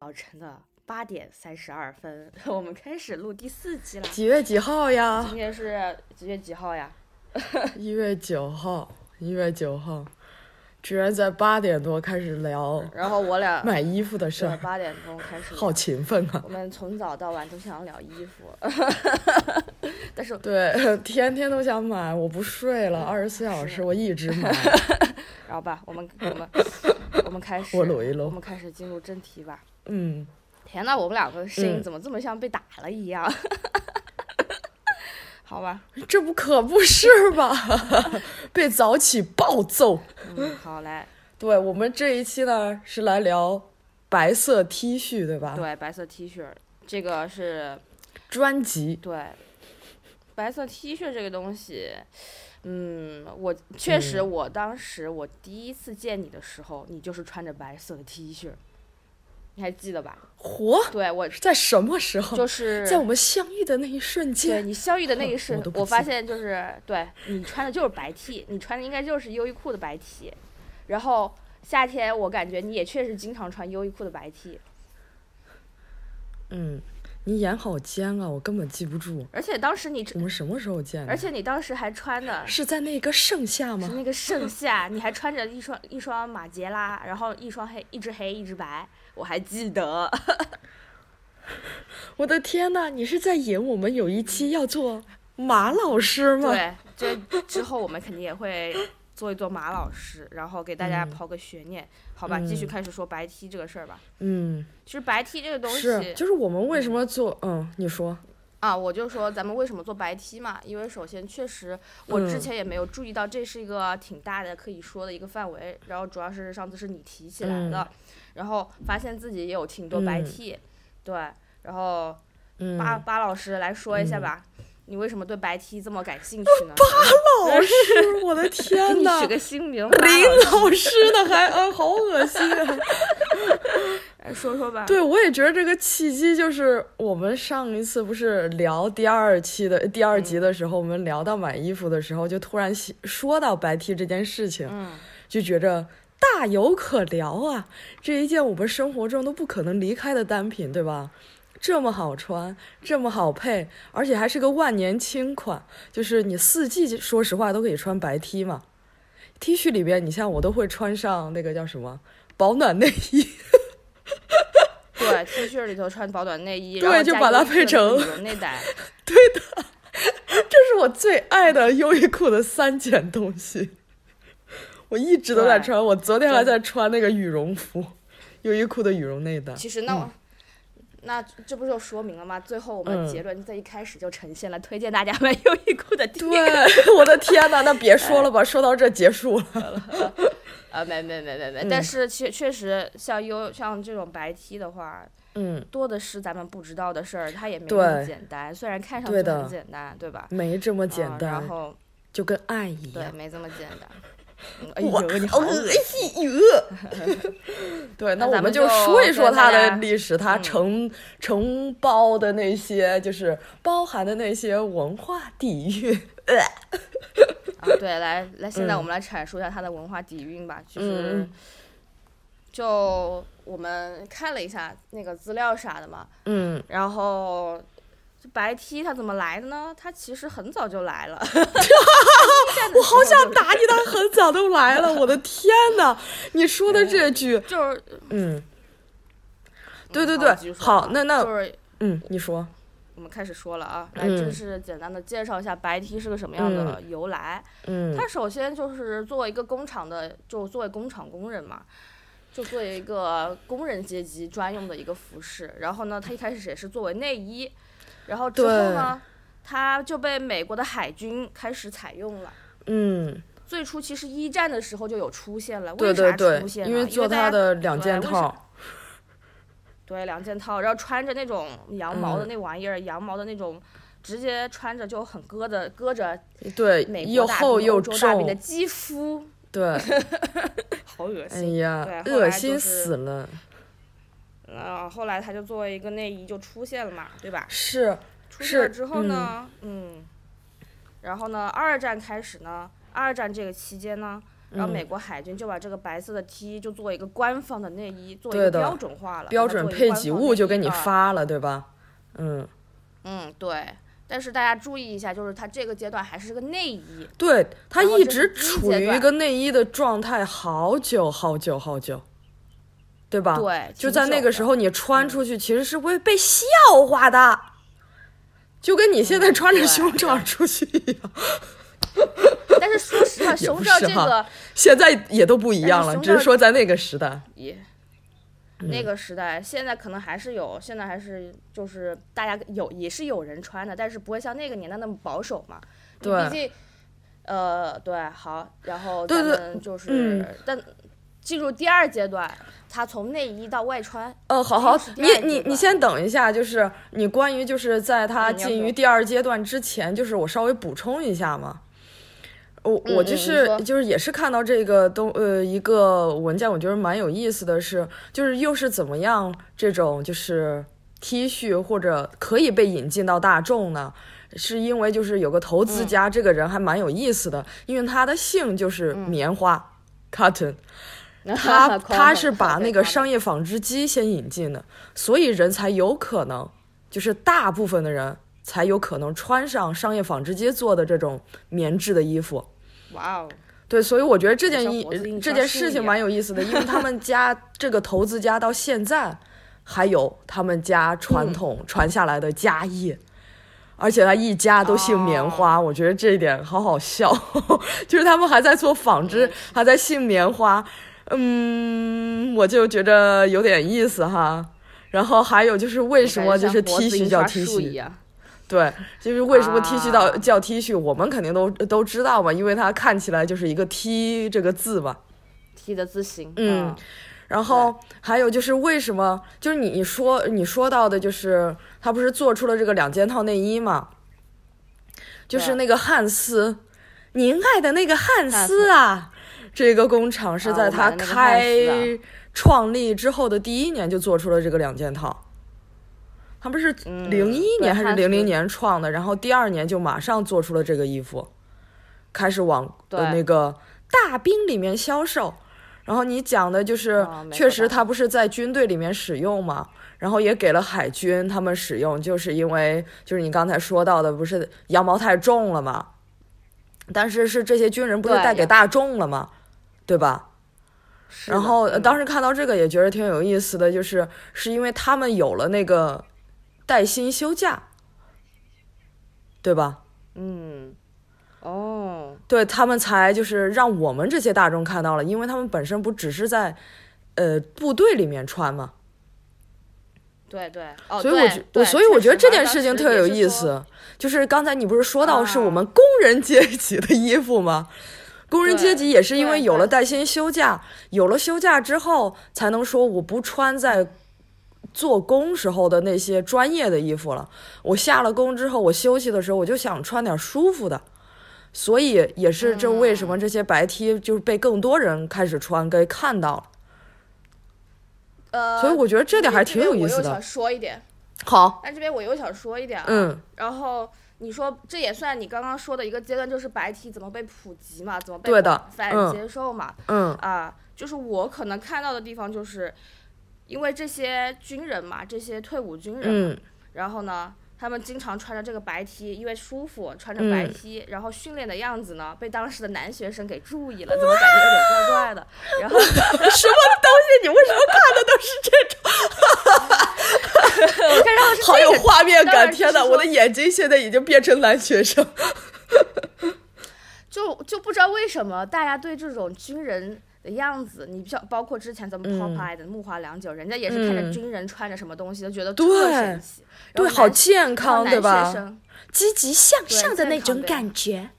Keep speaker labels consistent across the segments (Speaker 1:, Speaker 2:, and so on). Speaker 1: 早晨的八点三十二分， 我们开始录第四期了。
Speaker 2: 几月几号呀
Speaker 1: 今？天是几月几号呀？
Speaker 2: 一月九号，一月九号，居然在八点多开始聊
Speaker 1: 然后我俩
Speaker 2: 买衣服的事
Speaker 1: 是
Speaker 2: 儿，
Speaker 1: 八点钟开始聊，
Speaker 2: 好勤奋啊！
Speaker 1: 我们从早到晚都想聊衣服，但是
Speaker 2: 对，天天都想买，我不睡了，二十四小时我一 直买。
Speaker 1: 然后吧，我们我们我们开始，
Speaker 2: 我搂一搂
Speaker 1: 我们开始进入正题吧。
Speaker 2: 嗯，
Speaker 1: 天呐，我们两个声音
Speaker 2: 嗯
Speaker 1: 怎么这么像被打了一样？ 好吧，
Speaker 2: 这不可不是 吧？被早起暴揍。
Speaker 1: 嗯，好来，
Speaker 2: 对我们这一期呢是来聊白色 T 恤，对吧？
Speaker 1: 对，白色 T 恤，这个是
Speaker 2: 专辑
Speaker 1: 对，白色 T 恤这个东西，嗯，我确实，我当时我第一次见你的时候，你就是穿着白色的 T 恤，你还记得吧？
Speaker 2: 活
Speaker 1: 对 我
Speaker 2: 在什么时候？
Speaker 1: 就是
Speaker 2: 哦在我们相遇的那一瞬
Speaker 1: 对
Speaker 2: 间。
Speaker 1: 你 相遇的那一瞬
Speaker 2: 我都，不
Speaker 1: 我发
Speaker 2: 记
Speaker 1: 现就是对你穿的就是白 T，你穿的应该就是优衣库的白 T，然后夏天我感觉你也确实经常穿优衣库的白 T，
Speaker 2: 嗯，你眼好尖啊，我根本记不住。
Speaker 1: 而且当时你
Speaker 2: 我们什么时候见的？
Speaker 1: 而且你当时还穿的
Speaker 2: 是在那个盛夏
Speaker 1: 是
Speaker 2: 吗？
Speaker 1: 那个盛夏，你还穿着一双一双马杰拉，然后一双黑，一只黑，一只白，我还记得。
Speaker 2: 我的天呐，你是在演我们有一期要做马老师吗？
Speaker 1: 对，这之后我们肯定也会做一做马老师，然后给大家
Speaker 2: 嗯
Speaker 1: 抛个悬念，好吧？继续开始说白 T 这个事儿吧。
Speaker 2: 嗯，
Speaker 1: 其实白 T 这个东
Speaker 2: 是，
Speaker 1: 西
Speaker 2: 就是我们为什么做？嗯，你说，
Speaker 1: 啊，我就说咱们为什么做白 T 嘛，因为首先确实我之
Speaker 2: 嗯
Speaker 1: 前也没有注意到这是一个挺大的可以说的一个范围，然后主要是上次是你提起来的，然后发现自己也有挺多白
Speaker 2: 嗯
Speaker 1: T，、对，然后。
Speaker 2: 嗯，
Speaker 1: 巴巴老师来说一下吧，你为什么对白 T 这么感兴趣 呢？
Speaker 2: 老师，我的
Speaker 1: 给
Speaker 2: 天
Speaker 1: 你
Speaker 2: 呐，
Speaker 1: 取个新名，巴
Speaker 2: 林
Speaker 1: 老
Speaker 2: 老师呢？还嗯，好恶心啊！
Speaker 1: 来哎说说吧。
Speaker 2: 对，我也觉得这个契机就是我们上一次不是聊第二期的第二
Speaker 1: 嗯
Speaker 2: 集的时候，我们聊到买衣服的时候，就突然喜说到白 T 这件事情，
Speaker 1: 嗯，
Speaker 2: 就觉着大有可聊啊！这一件我们生活中都不可能离开的单品，对吧？这么好穿，这么好配，而且还是个万年青款，就是你四季说实话都可以穿白 T 嘛。T 恤里边，你像我都会穿上那个叫什么保暖内衣，
Speaker 1: 对，T 恤里头穿保暖内衣，
Speaker 2: 对
Speaker 1: 然后
Speaker 2: 就
Speaker 1: 加
Speaker 2: 把它
Speaker 1: 优衣库的
Speaker 2: 配成
Speaker 1: 那个羽绒内 胆。
Speaker 2: 这是我最爱的优衣库的三件东西，我一直都在
Speaker 1: 对
Speaker 2: 穿，我昨天还
Speaker 1: 真
Speaker 2: 在穿那个羽绒服，优衣库的羽绒内胆。
Speaker 1: 其实那我。那这不就说明了吗？最后我们的
Speaker 2: 嗯
Speaker 1: 结论在一开始就呈现了，推荐大家买 优衣库的 T。
Speaker 2: 对，我的天呐，那别说了吧，说到这结束了。
Speaker 1: 啊，没没没没没，
Speaker 2: 嗯
Speaker 1: 但是确确实像优像这种白 T 的话，
Speaker 2: 嗯，
Speaker 1: 多的是咱们不知道的事儿，它也没那
Speaker 2: 对
Speaker 1: 么简单。虽然看上去
Speaker 2: 对的
Speaker 1: 很简单，对吧？
Speaker 2: 没这么简
Speaker 1: 啊
Speaker 2: 单，
Speaker 1: 然后
Speaker 2: 就跟爱一
Speaker 1: 对，
Speaker 2: 样。
Speaker 1: 没这么简单。嗯哎
Speaker 2: 我
Speaker 1: 呦，你好
Speaker 2: 好
Speaker 1: 恶
Speaker 2: 恶
Speaker 1: 心！
Speaker 2: 心哟！ 对，
Speaker 1: 那咱
Speaker 2: 那我
Speaker 1: 们
Speaker 2: 们
Speaker 1: 就
Speaker 2: 说一说
Speaker 1: 跟大
Speaker 2: 它的
Speaker 1: 家
Speaker 2: 历史，它
Speaker 1: 嗯
Speaker 2: 承承包的那些，就是包含的那些文化底蕴。
Speaker 1: 啊，对，来来，现在我们来阐述一下它的文化底蕴吧。就是
Speaker 2: 嗯，
Speaker 1: 就我们看了一下那个资料啥的嘛，
Speaker 2: 嗯，
Speaker 1: 然后这白 T 它怎么来的呢？它其实很早就来了。
Speaker 2: 我好想打你，他很早都来了，我的天呐，你说的这句，
Speaker 1: 就是，
Speaker 2: 嗯，
Speaker 1: 嗯
Speaker 2: 对对
Speaker 1: 好
Speaker 2: 对
Speaker 1: 我继续说
Speaker 2: 好
Speaker 1: 啊
Speaker 2: 那那
Speaker 1: 就是
Speaker 2: 嗯，你说，
Speaker 1: 我们开始说了啊，来正
Speaker 2: 嗯
Speaker 1: 式简单的介绍一下白 T 是个什么样的由来。
Speaker 2: 嗯
Speaker 1: 他首先就是作为一个工厂的，就作为工厂工人嘛，就作为一个工人阶级专用的一个服饰。然后呢，他一开始也是作为内衣，然后之后呢，他就被美国的海军开始采用了。
Speaker 2: 嗯，
Speaker 1: 最初其实一战的时候就有出现了，
Speaker 2: 对对
Speaker 1: 为啥
Speaker 2: 对
Speaker 1: 出，现呢？
Speaker 2: 因
Speaker 1: 因
Speaker 2: 为做
Speaker 1: 大家
Speaker 2: 他的两
Speaker 1: 对
Speaker 2: 件
Speaker 1: 为
Speaker 2: 套
Speaker 1: 啥。对两件套，然后穿着那种羊毛
Speaker 2: 嗯
Speaker 1: 的那玩意儿，羊毛的那种。直接穿着就很割的，割着
Speaker 2: 对
Speaker 1: 美，
Speaker 2: 又
Speaker 1: 国大
Speaker 2: 厚
Speaker 1: 兵、
Speaker 2: 又
Speaker 1: 欧洲大兵的
Speaker 2: 重，
Speaker 1: 肌肤，
Speaker 2: 对，
Speaker 1: 好恶
Speaker 2: 哎
Speaker 1: 心。
Speaker 2: 呀，
Speaker 1: 对后来
Speaker 2: 恶
Speaker 1: 就
Speaker 2: 心
Speaker 1: 是
Speaker 2: 死了。
Speaker 1: 呃，后来它就作为一个内衣就出现了嘛，对吧？
Speaker 2: 是，
Speaker 1: 出现了
Speaker 2: 是
Speaker 1: 之后呢，嗯然后呢，二战开始呢，二战这个期间呢，然后
Speaker 2: 嗯
Speaker 1: 美国海军就把这个白色的 T 就作为一个官方的内衣，做一
Speaker 2: 对
Speaker 1: 个
Speaker 2: 的
Speaker 1: 标准化了，
Speaker 2: 标
Speaker 1: 把它
Speaker 2: 准
Speaker 1: 作为
Speaker 2: 配
Speaker 1: 官
Speaker 2: 给
Speaker 1: 方
Speaker 2: 物
Speaker 1: 内
Speaker 2: 就
Speaker 1: 衣
Speaker 2: 给你
Speaker 1: 啊
Speaker 2: 发了，对吧？嗯，
Speaker 1: 嗯，对。但是大家注意一下，就是它这个阶段还是个内衣，
Speaker 2: 对，它
Speaker 1: 然后
Speaker 2: 一
Speaker 1: 这
Speaker 2: 直
Speaker 1: 是第一
Speaker 2: 处
Speaker 1: 阶
Speaker 2: 于一
Speaker 1: 段
Speaker 2: 个内衣的状态，好久好久好久，对吧？
Speaker 1: 对，
Speaker 2: 啊就
Speaker 1: 挺
Speaker 2: 在那
Speaker 1: 久
Speaker 2: 个时
Speaker 1: 的，嗯
Speaker 2: 候你穿出去，其实是会被笑话的，就跟你现在
Speaker 1: 嗯
Speaker 2: 穿着
Speaker 1: 对
Speaker 2: 胸罩
Speaker 1: 对
Speaker 2: 出去一样，
Speaker 1: 但是说实话，
Speaker 2: 也
Speaker 1: 胸
Speaker 2: 不
Speaker 1: 罩
Speaker 2: 是
Speaker 1: 这
Speaker 2: 哈
Speaker 1: 个
Speaker 2: 现在也都不一
Speaker 1: 但是
Speaker 2: 样了，
Speaker 1: 胸
Speaker 2: 只是
Speaker 1: 罩
Speaker 2: 说在那个时代，
Speaker 1: 也，
Speaker 2: 嗯
Speaker 1: 那个时代，现在可能还是有，现在还是就是大家有也是有人穿的，但是不会像那个年代那么保守嘛。你
Speaker 2: 对
Speaker 1: 毕竟，呃，对，好，然后
Speaker 2: 对
Speaker 1: 咱
Speaker 2: 对
Speaker 1: 们就是，
Speaker 2: 嗯
Speaker 1: 但进入第二阶段，它从内衣到外 穿，
Speaker 2: 呃，好好
Speaker 1: 是，第
Speaker 2: 你
Speaker 1: 二阶
Speaker 2: 你你
Speaker 1: 段
Speaker 2: 先等一下，就是你关于就是在它
Speaker 1: 嗯你要
Speaker 2: 进于
Speaker 1: 说
Speaker 2: 第二阶段之前，就是我稍微补充一下嘛。我
Speaker 1: 嗯
Speaker 2: 我
Speaker 1: 嗯
Speaker 2: 就
Speaker 1: 你
Speaker 2: 是
Speaker 1: 说
Speaker 2: 就是也是看到这个东呃一个文件，我觉得蛮有意思的是，就是又是怎么样这种就是 T 恤或者可以被引进到大众呢？是因为就是有个投
Speaker 1: 嗯
Speaker 2: 资家，这个人还蛮有意思的，因为他的姓就是
Speaker 1: 嗯
Speaker 2: 棉花、cotton，他他是把那个商
Speaker 1: 业，
Speaker 2: 业纺织机先引进的，所以人才有可能，就是大部分的人才有可能穿上商业纺织机做的这种棉质的衣服。
Speaker 1: 哇哦，
Speaker 2: 对，所以我觉得这件
Speaker 1: 像
Speaker 2: 衣
Speaker 1: 活字印
Speaker 2: 这
Speaker 1: 刷
Speaker 2: 件
Speaker 1: 术
Speaker 2: 事
Speaker 1: 一
Speaker 2: 情
Speaker 1: 样
Speaker 2: 蛮有意思的，因为他 们家这个投资家到现在还有他们家传
Speaker 1: 嗯
Speaker 2: 统传下来的家业，而且他一家都姓
Speaker 1: 哦
Speaker 2: 棉花，我觉得这一点好好笑， 就是他们还在做纺
Speaker 1: 嗯
Speaker 2: 织，还在姓棉花，嗯，我就觉得有点意思哈。然后还有就是为什么
Speaker 1: 感觉像
Speaker 2: 就是
Speaker 1: 活
Speaker 2: T
Speaker 1: 字
Speaker 2: 恤
Speaker 1: 印
Speaker 2: 叫
Speaker 1: 刷
Speaker 2: T
Speaker 1: 术一
Speaker 2: 恤，
Speaker 1: 样
Speaker 2: 对，就是为什么 T 恤到
Speaker 1: 啊
Speaker 2: 叫 T 恤，我们肯定都都知道嘛，因为它看起来就是一个 T 这个字嘛。
Speaker 1: ，T 的字形，
Speaker 2: 嗯
Speaker 1: 啊，
Speaker 2: 然后还有就是为什么，就是你你说你说到的，就是他不是做出了这个两件套内衣嘛，就是
Speaker 1: 对
Speaker 2: 那个汉斯，您爱的那个汉
Speaker 1: 汉
Speaker 2: 斯啊，这个工厂是
Speaker 1: 啊
Speaker 2: 在
Speaker 1: 我买
Speaker 2: 他
Speaker 1: 的那个汉
Speaker 2: 开
Speaker 1: 斯啊
Speaker 2: 创立之后的第一年就做出了这个两件套。他不是
Speaker 1: 嗯
Speaker 2: 零一
Speaker 1: 对
Speaker 2: 年还是
Speaker 1: 汉斯
Speaker 2: 零零年创的，然后第二年就马上做出了这个衣服，开始往呃
Speaker 1: 对
Speaker 2: 那个大兵里面销售。然后你讲的就是
Speaker 1: 哦，美
Speaker 2: 确
Speaker 1: 国
Speaker 2: 实
Speaker 1: 大
Speaker 2: 它不是在军队里面使用嘛，然后也给了海军他们使用，就是因为就是你刚才说到的，不是羊毛太重了嘛，但是是这些军人不是
Speaker 1: 对
Speaker 2: 带给
Speaker 1: 羊
Speaker 2: 大众了嘛，对吧？
Speaker 1: 是
Speaker 2: 然
Speaker 1: 的
Speaker 2: 后呃
Speaker 1: 嗯
Speaker 2: 当时看到这个也觉得挺有意思的，就是是因为他们有了那个带薪休假，对吧？
Speaker 1: 嗯，哦，
Speaker 2: 对他们才就是让我们这些大众看到了，因为他们本身不只是在呃部队里面穿嘛，
Speaker 1: 对对，哦，
Speaker 2: 所以我
Speaker 1: 对
Speaker 2: 觉我
Speaker 1: 对
Speaker 2: 所以我
Speaker 1: 确
Speaker 2: 觉得
Speaker 1: 实
Speaker 2: 这
Speaker 1: 好像
Speaker 2: 件
Speaker 1: 当
Speaker 2: 事情
Speaker 1: 时
Speaker 2: 特
Speaker 1: 也
Speaker 2: 有
Speaker 1: 是
Speaker 2: 意
Speaker 1: 说
Speaker 2: 思，就是刚才你不是说到是我
Speaker 1: 啊
Speaker 2: 们工人阶级的衣服吗？工人阶
Speaker 1: 对
Speaker 2: 级也是因为
Speaker 1: 对
Speaker 2: 有了
Speaker 1: 对
Speaker 2: 带薪休假，有了休假之后，才能说我不穿在做工时候的那些专业的衣服了。我下了工之后，我休息的时候，我就想穿点舒服的。所以也是这为
Speaker 1: 嗯
Speaker 2: 什么这些白 T 就是被更多人开始穿给看到了。
Speaker 1: 呃，
Speaker 2: 所以我觉得这点
Speaker 1: 边
Speaker 2: 还挺有意
Speaker 1: 我
Speaker 2: 思
Speaker 1: 又想
Speaker 2: 的。
Speaker 1: 说一点，
Speaker 2: 好，
Speaker 1: 但这边我又想说一点啊，
Speaker 2: 嗯，
Speaker 1: 然后你说这也算你刚刚说的一个阶段，就是白 T 怎么被普及嘛，怎么被
Speaker 2: 对的
Speaker 1: 广泛
Speaker 2: 嗯
Speaker 1: 接受嘛，
Speaker 2: 嗯，
Speaker 1: 啊，就是我可能看到的地方就是，因为这些军人嘛，这些退伍军人嘛，
Speaker 2: 嗯，
Speaker 1: 然后呢，他们经常穿着这个白 T，因为舒服，穿着白
Speaker 2: 嗯
Speaker 1: T，、然后训练的样子呢，被当时的男学生给注意了，怎么感觉有点怪怪的？然后
Speaker 2: 什么东西？你为什么看的都是这种？
Speaker 1: 我看上去
Speaker 2: 好有画面
Speaker 1: 当
Speaker 2: 感！
Speaker 1: 然
Speaker 2: 天哪，
Speaker 1: 是说
Speaker 2: 我的眼睛现在已经变成蓝学 生。
Speaker 1: 就就不知道为什么大家对这种军人。的样子，你像包括之前咱们 Popeye 的木华良久，人家也是看着
Speaker 2: 嗯
Speaker 1: 军人穿着什么东西，就觉得
Speaker 2: 对
Speaker 1: 特神奇。然
Speaker 2: 对，
Speaker 1: 后
Speaker 2: 好
Speaker 1: 男
Speaker 2: 健
Speaker 1: 然后
Speaker 2: 康，
Speaker 1: 男
Speaker 2: 对吧
Speaker 1: 学？生
Speaker 2: 积极向
Speaker 1: 对健康的
Speaker 2: 觉。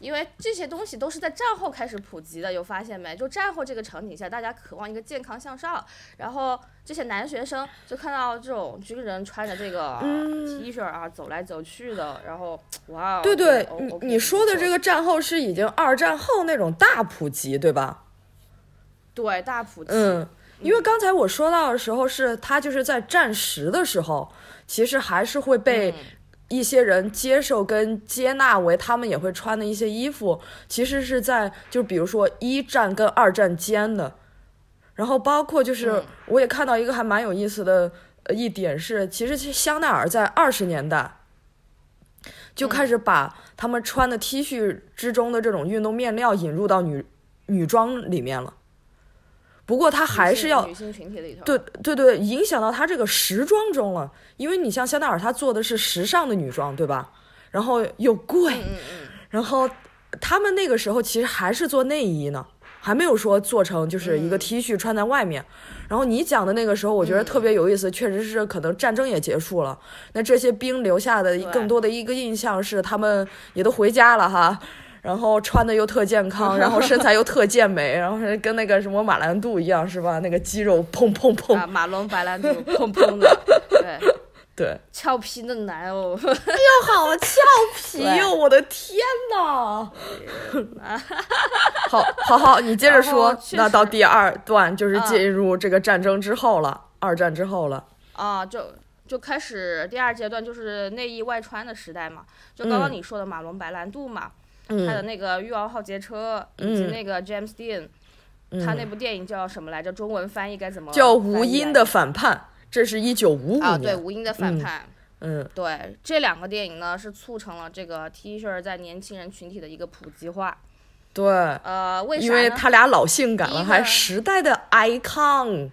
Speaker 1: 因为这些东西都是在战后开始普及的，有发现没？就战后这个场景下，大家渴望一个健康向上，然后这些男学生就看到这种军人穿着这个 T 恤啊，走来走去的，然后哇哦，
Speaker 2: 嗯对对，
Speaker 1: 哦
Speaker 2: 你
Speaker 1: OK，
Speaker 2: 你说的这个战后是已经二战后那种大普及，对吧？
Speaker 1: 对大普及，
Speaker 2: 嗯，因为刚才我说到的时候是他就是在战时的时候，其实还是会被
Speaker 1: 嗯
Speaker 2: 一些人接受跟接纳为他们也会穿的一些衣服，其实是在就比如说一战跟二战间的，然后包括就是
Speaker 1: 嗯
Speaker 2: 我也看到一个还蛮有意思的呃一点是，其实香奈儿在二十年代。就开始把他们穿的 T 恤之中的这种运动面料引入到女女装里面了，不过它还是要
Speaker 1: 女性女性群体里头。
Speaker 2: 对对对，影响到它这个时装中了，因为你像香奈儿，它做的是时尚的女装，对吧？然后又贵，
Speaker 1: 嗯嗯
Speaker 2: 然后他们那个时候其实还是做内衣呢，还没有说做成就是
Speaker 1: 嗯
Speaker 2: 一个 T 恤穿在外面。然后你讲的那个时候，我觉得特
Speaker 1: 嗯
Speaker 2: 别有意思，确实是可能战争也结束了，那这些兵留下的
Speaker 1: 对
Speaker 2: 更多的一个印象是他们也都回家了哈。然后穿的又特 健康，然后身材又特健美， 然后是跟那个什么马兰度一样，是吧？那个肌肉砰砰
Speaker 1: 嗯，
Speaker 2: 砰
Speaker 1: 啊，马龙白兰 度砰砰的，对，
Speaker 2: 对，
Speaker 1: 俏皮嫩男 哦，
Speaker 2: 又好俏皮哟、我的天呐！ 好，好，好，你接着
Speaker 1: 然
Speaker 2: 说
Speaker 1: 后。确
Speaker 2: 那到
Speaker 1: 实
Speaker 2: 第二段就是
Speaker 1: 嗯
Speaker 2: 进入这个战争之后了，二战之后了。
Speaker 1: 啊，就就开始第二阶段就是内衣外穿的时代嘛，就刚刚你说的马龙白兰度嘛，他的
Speaker 2: 嗯，
Speaker 1: 那个《欲望号街车》以及
Speaker 2: 嗯
Speaker 1: 那个 James Dean，、
Speaker 2: 嗯
Speaker 1: 他那部电影叫什么来着？中文翻译该怎么翻译来着？
Speaker 2: 叫《无音的反叛》，这是一九五
Speaker 1: 啊，
Speaker 2: 五
Speaker 1: 对，
Speaker 2: 年。
Speaker 1: 吴英的反
Speaker 2: 嗯
Speaker 1: 叛。
Speaker 2: 嗯
Speaker 1: 对，这两个电影呢是促成了这个 T 恤在年轻人群体的一个普及化。
Speaker 2: 对，
Speaker 1: 呃，为啥
Speaker 2: 因为
Speaker 1: 呢？
Speaker 2: 他俩老性感
Speaker 1: 第
Speaker 2: 了，
Speaker 1: 一
Speaker 2: 还
Speaker 1: 个
Speaker 2: 时代的 icon。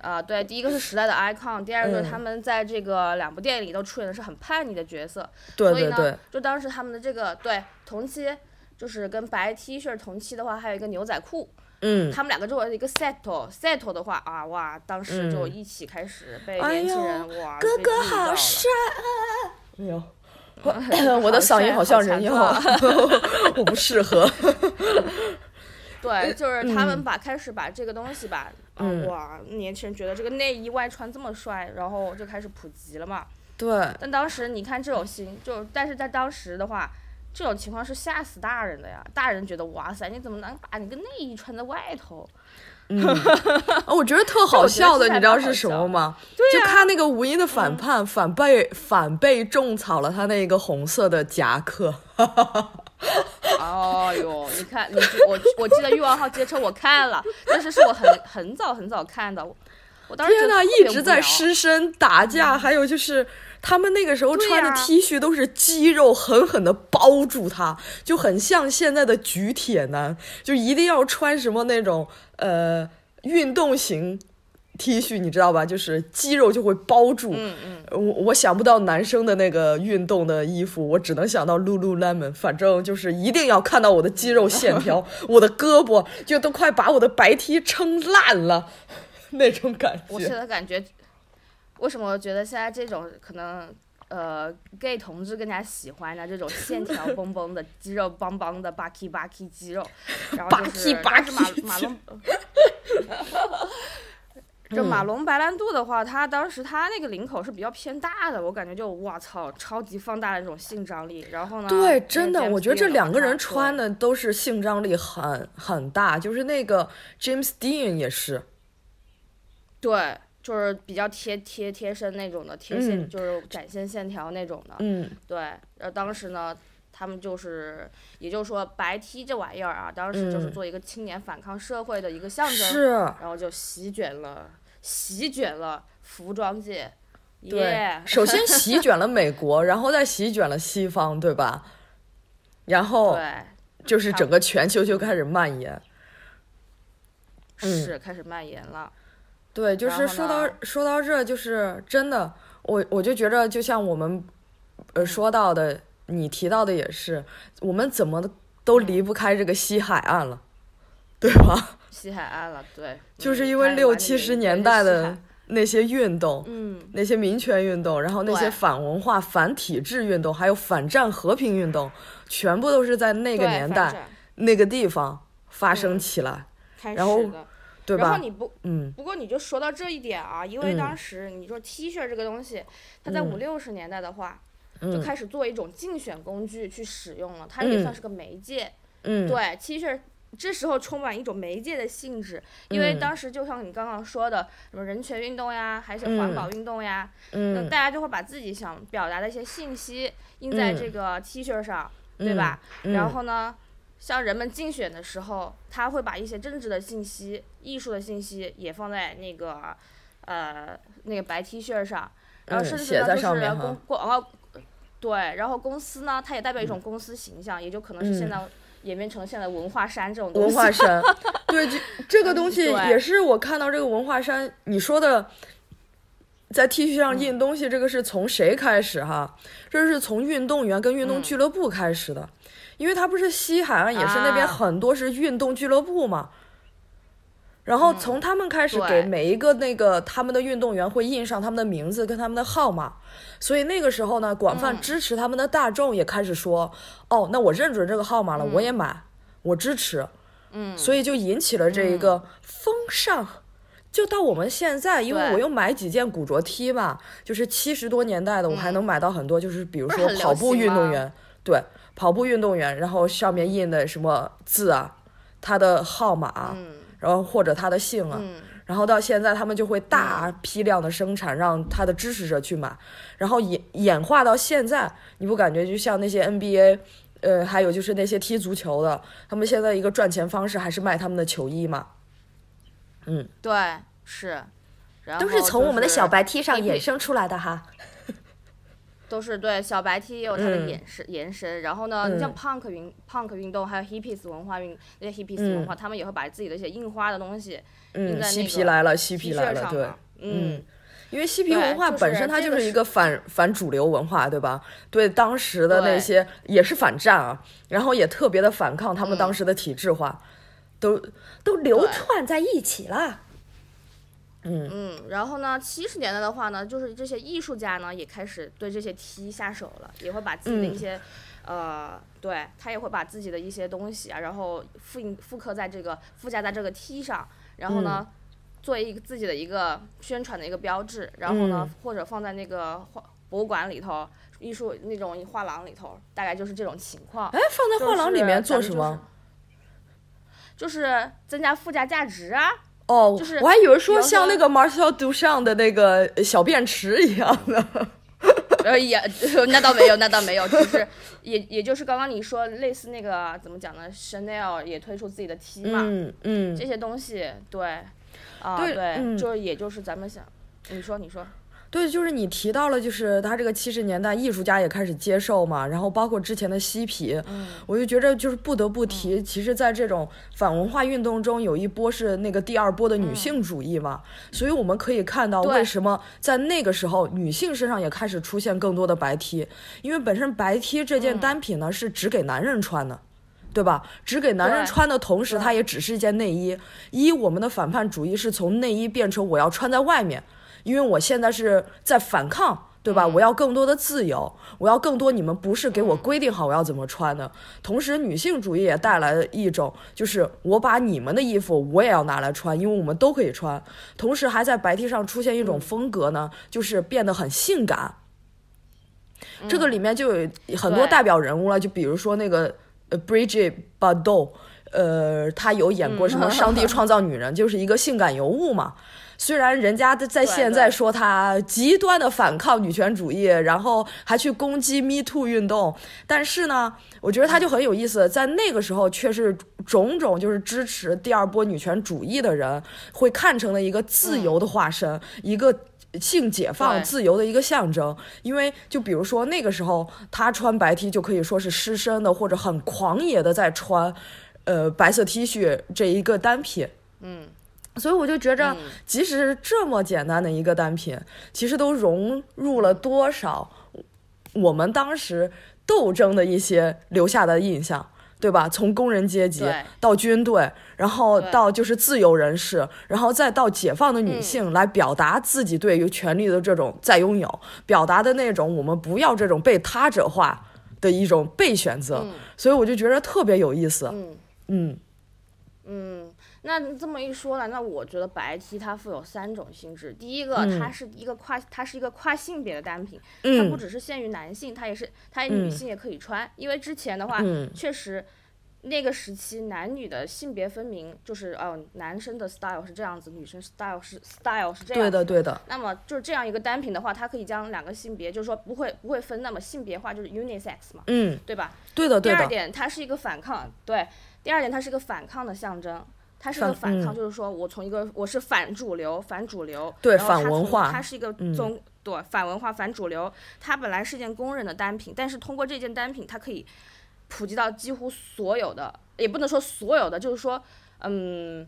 Speaker 1: 啊、对，第一个是时代的 icon，第二个就是
Speaker 2: 嗯
Speaker 1: 他们在这个两部电影里都出演的是很叛逆的角色，
Speaker 2: 对
Speaker 1: 所以
Speaker 2: 对
Speaker 1: 呢，
Speaker 2: 对，
Speaker 1: 就当时他们的这个对同期。就是跟白 T 恤同期的话，还有一个牛仔裤，
Speaker 2: 嗯，
Speaker 1: 他们两个作为一个 settle settle 的话啊，哇，当时就一起开始被
Speaker 2: 嗯哎
Speaker 1: 年轻
Speaker 2: 呦
Speaker 1: 人、哇，
Speaker 2: 哥
Speaker 1: 被
Speaker 2: 哥
Speaker 1: 绿到
Speaker 2: 好
Speaker 1: 了
Speaker 2: 帅 没有。 我我的
Speaker 1: 好
Speaker 2: 嗓
Speaker 1: 帅
Speaker 2: 音
Speaker 1: 啊
Speaker 2: 好
Speaker 1: 好
Speaker 2: 像
Speaker 1: 强
Speaker 2: 人妖啊
Speaker 1: 壮，
Speaker 2: 我不适合。
Speaker 1: 对，就是他们把、开始把这个东西吧，啊、
Speaker 2: 嗯
Speaker 1: 哇，年轻人觉得这个内衣外穿这么帅，然后就开始普及了嘛。
Speaker 2: 对，
Speaker 1: 但当时你看这种型，就但是在当时的话，这种情况是吓死大人的呀。大人觉得哇塞，你怎么能把你个内衣穿在外头？
Speaker 2: 啊，我觉得特好笑的，
Speaker 1: 这我觉
Speaker 2: 嗯
Speaker 1: 得
Speaker 2: 你知道
Speaker 1: 其实还
Speaker 2: 是什
Speaker 1: 蛮
Speaker 2: 么
Speaker 1: 好
Speaker 2: 吗？就看那个吴英的反叛，反被反被种草了他那个红色的夹克。
Speaker 1: 哦哟，你看你记我我记得《欲望号街车》我看了，但是是我很很早很早看的，我我当时
Speaker 2: 天
Speaker 1: 觉得
Speaker 2: 呐，
Speaker 1: 特别
Speaker 2: 一直
Speaker 1: 无
Speaker 2: 在
Speaker 1: 聊嗯
Speaker 2: 师生打架，还有就是他们那个时候
Speaker 1: 对
Speaker 2: 穿的
Speaker 1: 呀
Speaker 2: T 恤都是肌肉狠狠的包住他，就很像现在的举铁男，就一定要穿什么那种呃运动型 T 恤，你知道吧？就是肌肉就会包住。呃
Speaker 1: 嗯嗯。
Speaker 2: 我我想不到男生的那个运动的衣服，我只能想到 Lululemon。反正就是一定要看到我的肌肉线 条，我的胳膊就都快把我的白 T 撑烂了， 那种感
Speaker 1: 我现
Speaker 2: 觉。
Speaker 1: 在感觉，为什么我觉得现在这种可能呃 gay 同志更加喜欢呢？这种线 条绷绷的、肌肉邦邦的、巴 k 巴 k 肌肉，然后就是
Speaker 2: Baki
Speaker 1: 但是马
Speaker 2: Baki
Speaker 1: 马龙。就马
Speaker 2: 嗯
Speaker 1: 龙白兰度的话，他当时他那个领口是比较偏大的，我感觉就哇操，超级放大的那种性张力。然后呢，
Speaker 2: 对
Speaker 1: 那，个
Speaker 2: 真的，
Speaker 1: James
Speaker 2: 我觉得
Speaker 1: Dean
Speaker 2: 这
Speaker 1: 的
Speaker 2: 两个
Speaker 1: 话
Speaker 2: 人
Speaker 1: 对
Speaker 2: 穿的都是性张力很很大，就是那个 James Dean 也是，
Speaker 1: 啊对，就是比较贴贴贴身那种的，贴线、
Speaker 2: 嗯
Speaker 1: 就是展现线条那种的。
Speaker 2: 嗯，
Speaker 1: 对，然后当时呢，他们就是，也就是说白 T 这玩意儿啊，当时就是
Speaker 2: 嗯
Speaker 1: 做一个青年反抗社会的一个象征，
Speaker 2: 是，
Speaker 1: 然后就席卷了，席卷了服装界，
Speaker 2: 对
Speaker 1: 耶，
Speaker 2: 首先席卷了美国，然后再席卷了西方，对吧？然后
Speaker 1: 对，
Speaker 2: 就是整个全球就开始蔓延。嗯
Speaker 1: 是开始蔓延了，
Speaker 2: 对，就
Speaker 1: 然
Speaker 2: 是
Speaker 1: 后
Speaker 2: 说到
Speaker 1: 呢
Speaker 2: 说到这，就是真的，我我就觉着，就像我们
Speaker 1: 嗯
Speaker 2: 呃说到的，你提到的也是，我们怎么都
Speaker 1: 嗯
Speaker 2: 离不开这个西海岸了，对吧？
Speaker 1: 西海岸了，对，
Speaker 2: 就
Speaker 1: 嗯
Speaker 2: 是因为
Speaker 1: 太
Speaker 2: 六
Speaker 1: 晚
Speaker 2: 七
Speaker 1: 点
Speaker 2: 十
Speaker 1: 名
Speaker 2: 年
Speaker 1: 对
Speaker 2: 代
Speaker 1: 西
Speaker 2: 的
Speaker 1: 海
Speaker 2: 那些运动，
Speaker 1: 嗯，
Speaker 2: 那些民权运动，然后那些
Speaker 1: 对
Speaker 2: 反文化、反体制运动，还有反战和平运动，全部都是在那
Speaker 1: 那
Speaker 2: 个年代、那个地方发生起来，
Speaker 1: 开
Speaker 2: 然后
Speaker 1: 始的，
Speaker 2: 对
Speaker 1: 嗯然后
Speaker 2: 吧？
Speaker 1: 你不
Speaker 2: 嗯，
Speaker 1: 不过你就说到这一点啊，因为
Speaker 2: 嗯
Speaker 1: 当时你说 T 恤这个东西，它在五
Speaker 2: 嗯
Speaker 1: 六十年代的话，
Speaker 2: 嗯
Speaker 1: 就开始作为一种竞选工具去使用了，它也
Speaker 2: 嗯
Speaker 1: 算是个媒介。
Speaker 2: 嗯，
Speaker 1: 对 T 恤，这时候充满一种媒介的性质，因
Speaker 2: 嗯
Speaker 1: 为当时就像你刚刚说的，什么人权运动呀，还是环保运动呀，那
Speaker 2: 嗯
Speaker 1: 大家就会把自己想表达的一些信息印在这个 T 恤上，对吧？
Speaker 2: 嗯
Speaker 1: 然后呢，像人们竞选的时候，他会把一些政治的信息、艺术的信息也放在那个呃那个白 T 恤上，然后
Speaker 2: 嗯
Speaker 1: 甚至
Speaker 2: 写
Speaker 1: 呢
Speaker 2: 在
Speaker 1: 就
Speaker 2: 上
Speaker 1: 是
Speaker 2: 面
Speaker 1: 公
Speaker 2: 哈
Speaker 1: 广告，对，然后公司呢，它也代表一种公司形象，也就可能是现
Speaker 2: 嗯
Speaker 1: 在演变成了现在文化衫这种东
Speaker 2: 文
Speaker 1: 西。嗯
Speaker 2: 化衫，对，这这个东西
Speaker 1: 对
Speaker 2: 也是我看到这个文化衫，你说的，在 T 恤上
Speaker 1: 嗯
Speaker 2: 印东西，这个是从谁开始哈？这是从运动员跟运
Speaker 1: 嗯
Speaker 2: 动俱乐部开始的，因为它不是西海岸也是那边
Speaker 1: 啊
Speaker 2: 很多是运动俱乐部嘛。然后从他们开始
Speaker 1: 嗯对
Speaker 2: 给每一个那个他们的运动员会印上他们的名字跟他们的号码，所以那个时候呢，广
Speaker 1: 嗯
Speaker 2: 泛支持他们的大众也开始说，哦，那我认准这个号码了，我也买，我支持。
Speaker 1: 嗯，
Speaker 2: 所以就引起了这一个风尚。就到我们现在，因为
Speaker 1: 对
Speaker 2: 我又买几件古着 T 吧，就是七十多年代的，我还能买到很多，就是比如
Speaker 1: 嗯不是
Speaker 2: 说
Speaker 1: 很流
Speaker 2: 跑步
Speaker 1: 行
Speaker 2: 运动
Speaker 1: 吗
Speaker 2: 员，对，跑步运动员，然后上面印的什么字啊，他的号码啊，
Speaker 1: 嗯
Speaker 2: 然后或者他的姓啊，
Speaker 1: 嗯
Speaker 2: 然后到现在他们就会大批量的生产，让他的支持者去买，然后演演化到现在，你不感觉就像那些 NBA，呃，还有就是那些踢足球的，他们现在一个赚钱方式还是卖他们的球衣嘛，
Speaker 1: 对，是，然后
Speaker 2: 都是从我们的
Speaker 1: 就是
Speaker 2: 小白 T 上衍生出来的哈。
Speaker 1: 都是对小白 T 也有它的
Speaker 2: 嗯
Speaker 1: 延伸、延伸，然后呢，你像 punk 运 punk 运动，还有 hippies 文化运那些 hippies 文化，他们也会把自己的一些印花的东西印
Speaker 2: 嗯，
Speaker 1: 在
Speaker 2: 嬉
Speaker 1: 那
Speaker 2: 皮
Speaker 1: 个
Speaker 2: 来了，嬉
Speaker 1: T
Speaker 2: 皮来
Speaker 1: 恤
Speaker 2: 了，
Speaker 1: 上
Speaker 2: 对
Speaker 1: 嘛，。嗯，
Speaker 2: 因为嬉皮文化
Speaker 1: 对就是
Speaker 2: 本身它
Speaker 1: 这
Speaker 2: 就
Speaker 1: 个
Speaker 2: 是
Speaker 1: 是
Speaker 2: 一个反反主流文化，对吧？对当时的那
Speaker 1: 对
Speaker 2: 些也是反战啊，然后也特别的反抗他们当时的体制化，都都流
Speaker 1: 嗯对
Speaker 2: 窜在一起了。
Speaker 1: 嗯，然后呢，七十年代的话呢，就是这些艺术家呢也开始对这些 T 下手了，也会把自己的
Speaker 2: 嗯
Speaker 1: 一些，呃，对他也会把自己的一些东西啊，然后复印复刻在这个附加在这个 T 上，然后呢，
Speaker 2: 嗯
Speaker 1: 做一个自己的一个宣传的一个标志，然后
Speaker 2: 嗯
Speaker 1: 呢，或者放在那个画博物馆里头，艺术那种画廊里头，大概就是这种情况。
Speaker 2: 哎，放在画廊里面做什么？
Speaker 1: 就是增加附加价值啊，
Speaker 2: 哦，
Speaker 1: 就是
Speaker 2: 我还以为说
Speaker 1: 比方
Speaker 2: 像
Speaker 1: 说
Speaker 2: 那个 Marcel Duchamp 的那个小便池一样的。
Speaker 1: 呃，也 那倒没有，那倒没有，就是也也就是刚刚你说类似那个啊怎么讲呢？Chanel 也推出自己的 T 嘛，
Speaker 2: 嗯嗯，
Speaker 1: 这些东西，对，啊、
Speaker 2: 对
Speaker 1: 对，
Speaker 2: 嗯
Speaker 1: 就是也就是咱们想，你说你说，
Speaker 2: 对，就是你提到了，就是他这个七十年代艺术家也开始接受嘛，然后包括之前的嬉皮，我就觉着就是不得不提，
Speaker 1: 嗯
Speaker 2: 其实，在这种反文化运动中，有一波是那个第二波的女性主义嘛，所以我们可以看到
Speaker 1: 嗯对
Speaker 2: 为什么在那个时候女性身上也开始出现更多的白 T，因为本身白 T
Speaker 1: 嗯
Speaker 2: 这件单品呢、是只给男人穿的。对吧？只给男人
Speaker 1: 对
Speaker 2: 穿的同时，它
Speaker 1: 对
Speaker 2: 也只是一件内衣。一，我们的反叛主义是从内衣变成我要穿在外面，因为我现在是在反抗，对吧？
Speaker 1: 嗯
Speaker 2: 我要更多的自由，我要更多你们不是给我规定好我要怎么穿的。同时，女性主义也带来了一种，就是我把你们的衣服我也要拿来穿，因为我们都可以穿。同时，还在白 T 上出现一种风格呢，就是变得很性感。这个里面就有很多
Speaker 1: 对
Speaker 2: 代表人物了，就比如说那个呃 Bridget Bardot，呃，她有演过什么《上帝创造女人》， 就是一个性感尤物嘛。虽然人家在在
Speaker 1: 对
Speaker 2: 现在
Speaker 1: 对
Speaker 2: 说她极端的反抗女权主义，然后还去攻击 Me Too 运动，但是呢，我觉得她就很有意思，在那个时候却是种种就是支持第二波女权主义的人会看成了一个自由的化身，一个。性解放、
Speaker 1: 嗯对
Speaker 2: 自由的一个象征，因为就比如说那个时候，她穿白 T 就可以说是失身的，或者很狂野的在穿，呃，白色 T 恤这一个单品，
Speaker 1: 嗯，
Speaker 2: 所以我就觉着，即使这么简单的一个单品，其实都融入了多少我们当时斗争的一些留下的印象。对吧？从工人阶级
Speaker 1: 对
Speaker 2: 到军队，然后
Speaker 1: 对
Speaker 2: 到就是自由人士，然后再到解放的女性，
Speaker 1: 嗯
Speaker 2: 来表达自己对于权利的这种再拥有，表达的那种我们不要这种被他者化的一种被选择。所以我就觉得特别有意思。
Speaker 1: 嗯
Speaker 2: 嗯
Speaker 1: 嗯，那这么一说来，那我觉得白 T 它富有三种性质，第一个，它是一个跨，它是一个跨性别的单品，它不
Speaker 2: 嗯
Speaker 1: 只是限于男性，它也是它女性也可以穿，因为之前的话，
Speaker 2: 嗯
Speaker 1: 确实那个时期男女的性别分明，就是哦，男生的 style 是这样子，女生 style 是 style 是这样子。
Speaker 2: 对的，对的，
Speaker 1: 那么就是这样一个单品的话，它可以将两个性别，就是说不会不会分那么性别化，就是 unisex 嘛，
Speaker 2: 嗯，
Speaker 1: 对吧？
Speaker 2: 对的，
Speaker 1: 第
Speaker 2: 对
Speaker 1: 二
Speaker 2: 的，
Speaker 1: 点，它是一个反抗，对。第二点，它是一个反抗的象征，它是一个
Speaker 2: 反
Speaker 1: 反抗，
Speaker 2: 嗯
Speaker 1: 就是说我从一个我是反主流，反主流，
Speaker 2: 对
Speaker 1: 然后它
Speaker 2: 反文
Speaker 1: 从
Speaker 2: 化嗯
Speaker 1: 它是一个宗，对反文化、反主流，它本来是件公认的单品，但是通过这件单品，它可以普及到几乎所有的，也不能说所有的，就是说，嗯。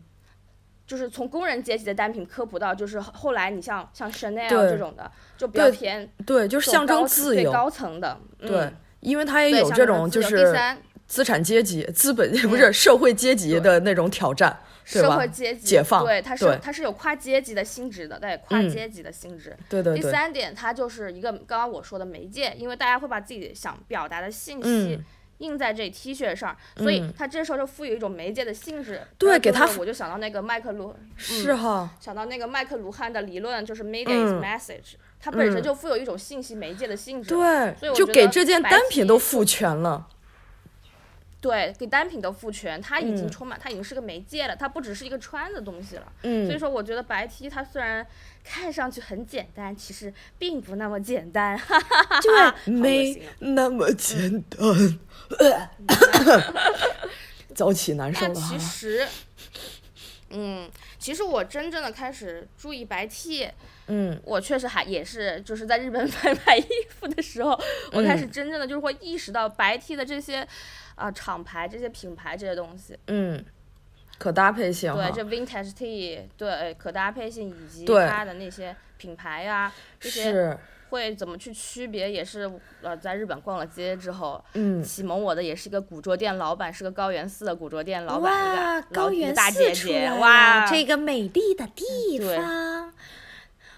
Speaker 1: 就是从工人阶级的单品科普到，就是后后来你像像 Chanel
Speaker 2: 对
Speaker 1: 这种的，就比较
Speaker 2: 对
Speaker 1: 偏
Speaker 2: 对，就是
Speaker 1: 这种
Speaker 2: 象征
Speaker 1: 高
Speaker 2: 自
Speaker 1: 对
Speaker 2: 由，
Speaker 1: 高层的，嗯、
Speaker 2: 对，因为它也
Speaker 1: 对
Speaker 2: 有
Speaker 1: 象
Speaker 2: 这
Speaker 1: 征
Speaker 2: 种
Speaker 1: 自
Speaker 2: 就
Speaker 1: 由
Speaker 2: 是
Speaker 1: 第三
Speaker 2: 资产阶级、资本 不是社会阶级的那种挑战，
Speaker 1: 嗯
Speaker 2: 对
Speaker 1: 社
Speaker 2: 吧
Speaker 1: 会？阶级
Speaker 2: 解放
Speaker 1: 对，它是
Speaker 2: 对
Speaker 1: 它是有跨阶级的性质的，对，跨
Speaker 2: 嗯
Speaker 1: 阶级的性质。
Speaker 2: 对对
Speaker 1: 第
Speaker 2: 对，
Speaker 1: 三嗯点，它就是一个刚刚我说的媒介，因为大家会把自己想表达的信息
Speaker 2: 嗯。
Speaker 1: 印在这 T 恤上，所以
Speaker 2: 嗯
Speaker 1: 它这时候就赋予一种媒介的性质。
Speaker 2: 对
Speaker 1: 然后
Speaker 2: 给
Speaker 1: 就
Speaker 2: 它
Speaker 1: 是我就想到那个麦克卢，
Speaker 2: 是哈，
Speaker 1: 想到那个麦克卢汉的理论，就是 media is
Speaker 2: 嗯
Speaker 1: message，、它本身
Speaker 2: 嗯
Speaker 1: 就富有一种信息媒介的性质。所以
Speaker 2: 对，
Speaker 1: 我
Speaker 2: 就
Speaker 1: 觉
Speaker 2: 给
Speaker 1: 得
Speaker 2: 这件
Speaker 1: 白
Speaker 2: 单
Speaker 1: 皙
Speaker 2: 品都赋权了，
Speaker 1: 对，给单品的赋权，它已经
Speaker 2: 嗯
Speaker 1: 充满，它已经是个媒介了，它不只是一个穿的东西了。所以
Speaker 2: 嗯，
Speaker 1: 说，我觉得白 T 它虽然看上去很简单，其实并不那么简单。哈哈哈哈
Speaker 2: 对，没
Speaker 1: 啊
Speaker 2: 那么简单， 早起难受
Speaker 1: 但
Speaker 2: 了哈
Speaker 1: 其， 实，嗯，其实我真正的开始注意白 T，
Speaker 2: 嗯
Speaker 1: 我确实还也是就是在日本 买买衣服的时候，我开
Speaker 2: 嗯
Speaker 1: 始真正的就是会意识到白 T 的这些啊、厂牌、这些品牌这些东西。
Speaker 2: 嗯，可搭配性啊哈
Speaker 1: 对，，这 vintage T，对，可搭配性以及
Speaker 2: 对
Speaker 1: 它的那些品牌呀、这些
Speaker 2: 是，
Speaker 1: 会怎么去区别，也是呃，在日本逛了街之后，
Speaker 2: 嗯，
Speaker 1: 启蒙我的也是一个古着店老板，是个高原寺的古着店老板，
Speaker 3: 哇
Speaker 1: 一个，
Speaker 3: 高
Speaker 1: 老一个
Speaker 3: 原
Speaker 1: 大
Speaker 3: 寺
Speaker 1: 姐
Speaker 3: 出
Speaker 1: 姐，
Speaker 3: 来
Speaker 1: 哇，嗯
Speaker 3: 了，这个美丽的地
Speaker 1: 对嗯
Speaker 3: 方。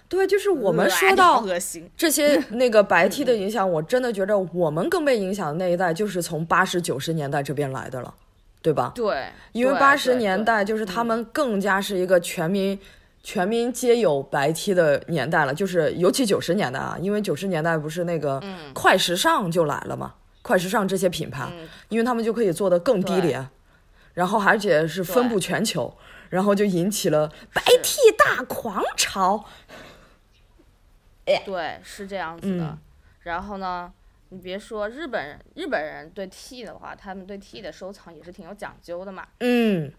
Speaker 2: 对，就是我们
Speaker 1: 恶
Speaker 2: 说
Speaker 1: 心
Speaker 2: 到
Speaker 1: 恶心，
Speaker 2: 这些那个白 T 的影响，我真的觉着我们更被影响的那一代就是从八十九十年代这边来的了，对吧？
Speaker 1: 对，
Speaker 2: 因为
Speaker 1: 对
Speaker 2: 八十
Speaker 1: 对
Speaker 2: 年
Speaker 1: 对
Speaker 2: 代就是他们更加是一个全民、全民皆有白 T 的年代了，就是尤其九十年代啊，因为九十年代不是那个
Speaker 1: 嗯
Speaker 2: 快时尚就来了嘛，快时尚这些品牌，因为他们就可以做的更低
Speaker 1: 嗯对
Speaker 2: 廉，然后而且是分布全球，然后就引起了白 T 大狂潮。
Speaker 1: 对，是这样子的。
Speaker 2: 嗯
Speaker 1: 然后呢，你别说日本人，日本人对 T 的话，他们对 T 的收藏也是挺有讲究的嘛。
Speaker 2: 嗯，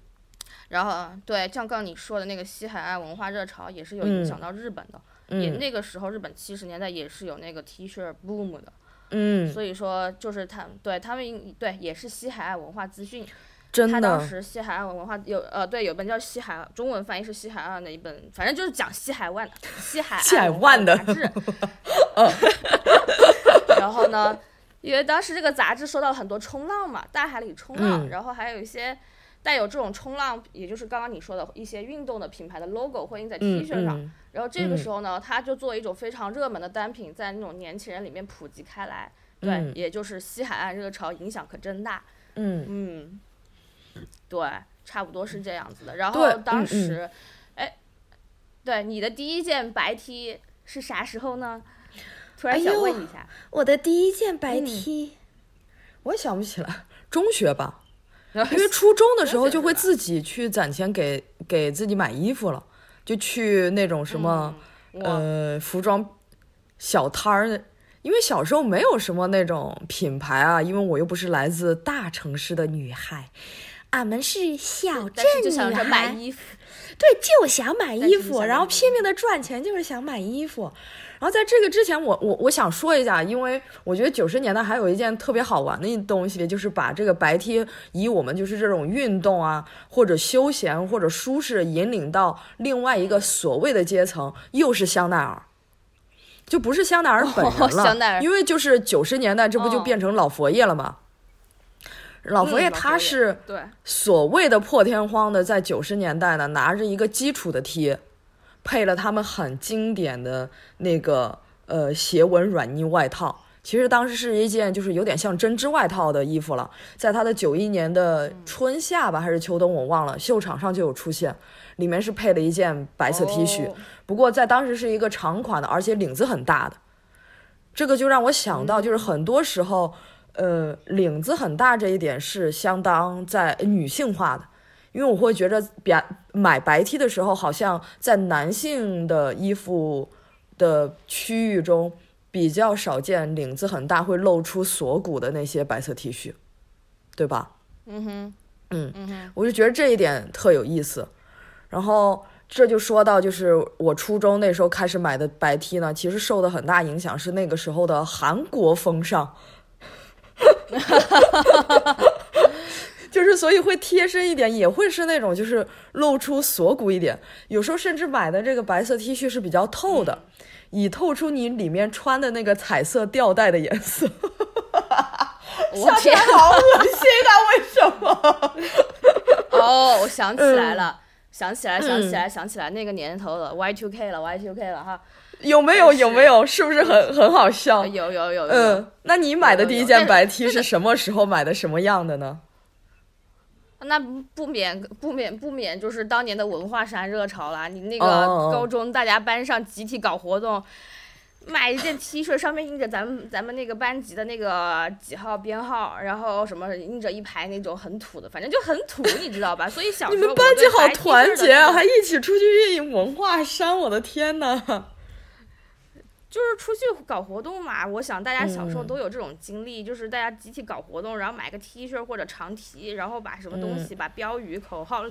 Speaker 1: 然后对，像刚你说的那个西海岸文化热潮，也是有影
Speaker 2: 嗯
Speaker 1: 响到日本的。
Speaker 2: 嗯
Speaker 1: 也那个时候，日本七十年代也是有那个 T 恤 boom 的。
Speaker 2: 嗯，
Speaker 1: 所以说就是他们对他们对也是西海岸文化资讯，
Speaker 2: 真
Speaker 1: 他当
Speaker 2: 的，
Speaker 1: 时西海岸文化有呃对有本叫西海中文翻译是西海岸的一本，反正就是讲西海岸西海
Speaker 2: 西海
Speaker 1: 岸文化
Speaker 2: 岸的哦
Speaker 1: 杂 志， 然后呢，因为当时这个杂志说到很多冲浪嘛，大海里冲浪，
Speaker 2: 嗯
Speaker 1: 然后还有一些。带有这种冲浪，也就是刚刚你说的一些运动的品牌的 logo 会印在 T
Speaker 2: 嗯
Speaker 1: 恤上，
Speaker 2: 嗯，
Speaker 1: 然后这个
Speaker 2: 嗯
Speaker 1: 时候呢，它就作为一种非常热门的单品，在那种年轻人里面普及开来。对，
Speaker 2: 嗯
Speaker 1: 也就是西海岸热潮影响可真大。
Speaker 2: 嗯，
Speaker 1: 嗯，对，差不多是这样子的。然
Speaker 2: 对
Speaker 1: 后
Speaker 2: 嗯
Speaker 1: 当
Speaker 2: 嗯
Speaker 1: 时，哎，对，你的第一件白 T 是啥时候呢？突然
Speaker 3: 哎
Speaker 1: 想
Speaker 3: 呦
Speaker 1: 问一下，
Speaker 3: 我的第一件白
Speaker 1: 嗯
Speaker 3: T，、
Speaker 2: 我也想不起来，中学吧，
Speaker 1: 然后
Speaker 2: 因为初中的时候
Speaker 1: 中学
Speaker 2: 就会
Speaker 1: 是吧
Speaker 2: 自己去攒钱给给自己买衣服了，就去那种什么、
Speaker 1: 我
Speaker 2: 呃服装小摊儿，因为小时候没有什么那种品牌啊，因为我又不是来自大城市的女孩，
Speaker 3: 俺们是小
Speaker 1: 但是就
Speaker 3: 镇
Speaker 1: 想
Speaker 3: 女
Speaker 1: 着买
Speaker 3: 孩，
Speaker 1: 衣服，
Speaker 3: 对，就想买
Speaker 1: 但是
Speaker 3: 衣
Speaker 1: 就想
Speaker 3: 服，
Speaker 1: 买
Speaker 3: 然后
Speaker 1: 衣服
Speaker 3: 拼命的赚钱，就是想买衣服。
Speaker 2: 然后在这个之前我，我我想说一下，因为我觉得九十年代还有一件特别好玩的东西，就是把这个白 T 以我们就是这种运动啊，或者休闲或者舒适，引领到另外一个所谓的阶层，又是香奈儿。就不是香奈儿本人了，
Speaker 1: 哦香奈儿
Speaker 2: 因为就是九十年代，这不就
Speaker 1: 哦
Speaker 2: 变成老佛爷了吗？老佛
Speaker 1: 嗯
Speaker 2: 爷
Speaker 1: 老
Speaker 2: 他
Speaker 1: 佛爷
Speaker 2: 是
Speaker 1: 对，
Speaker 2: 所谓的破天荒的，在九十年代呢，拿着一个基础的 T，配了他们很经典的那个呃斜纹软呢外套。其实当时是一件就是有点像针织外套的衣服了，在他的九一年的春夏吧还是秋冬我忘了，秀场上就有出现，里面是配了一件白色 T 恤，
Speaker 1: 哦
Speaker 2: 不过在当时是一个长款的，而且领子很大的。这个就让我想到，就是很多时候，呃，领子很大这一点是相当在女性化的，因为我会觉着白买白 T 的时候，好像在男性的衣服的区域中比较少见领子很大会露出锁骨的那些白色 T 恤，对吧？
Speaker 1: 嗯哼，
Speaker 2: 嗯
Speaker 1: 嗯哼，
Speaker 2: 我就觉得这一点特有意思。然后这就说到，就是我初中那时候开始买的白 T 呢，其实受的很大影响是那个时候的韩国风尚， 就是所以会贴身一点，也会是那种就是露出锁骨一点，有时候甚至买的这个白色 T 恤是比较透的，以透出你里面穿的那个彩色吊带的颜色。
Speaker 1: 我
Speaker 2: 天
Speaker 1: 天，
Speaker 2: 好恶心啊！为什么？
Speaker 1: 哦，我想起来了。想起来，想起
Speaker 2: 嗯
Speaker 1: 来，想起来，那个年头了，Y2K 了，Y2K 了哈，
Speaker 2: 有没有？
Speaker 1: 是
Speaker 2: 有没有？是不是很很好笑
Speaker 1: 啊？有有有有，
Speaker 2: 哦嗯，那你买的第一件
Speaker 1: 有有有
Speaker 2: 白 T 是什么时候买的？什么样的呢？
Speaker 1: 那不不免不免不免就是当年的文化衫热潮啦。你那
Speaker 2: 哦
Speaker 1: 个
Speaker 2: 哦哦
Speaker 1: 高中大家班上集体搞活动，买一件 T 恤，上面印着咱们咱们那个班级的那个几号编号，然后什么印着一排那种很土的，反正就很土，你知道吧？所以小
Speaker 2: 你
Speaker 1: 时候我
Speaker 2: 们班级
Speaker 1: 对
Speaker 2: 好
Speaker 1: 白 T 恤
Speaker 2: 团
Speaker 1: 的
Speaker 2: 结啊，
Speaker 1: 那
Speaker 2: 还一起出去运营文化衫，我的天呐！
Speaker 1: 就是出去搞活动嘛，我想大家小时候
Speaker 2: 嗯
Speaker 1: 都有这种经历，就是大家集体搞活动，然后买个 T 恤或者长提，然后把什么东
Speaker 2: 嗯
Speaker 1: 西、把标语、口号，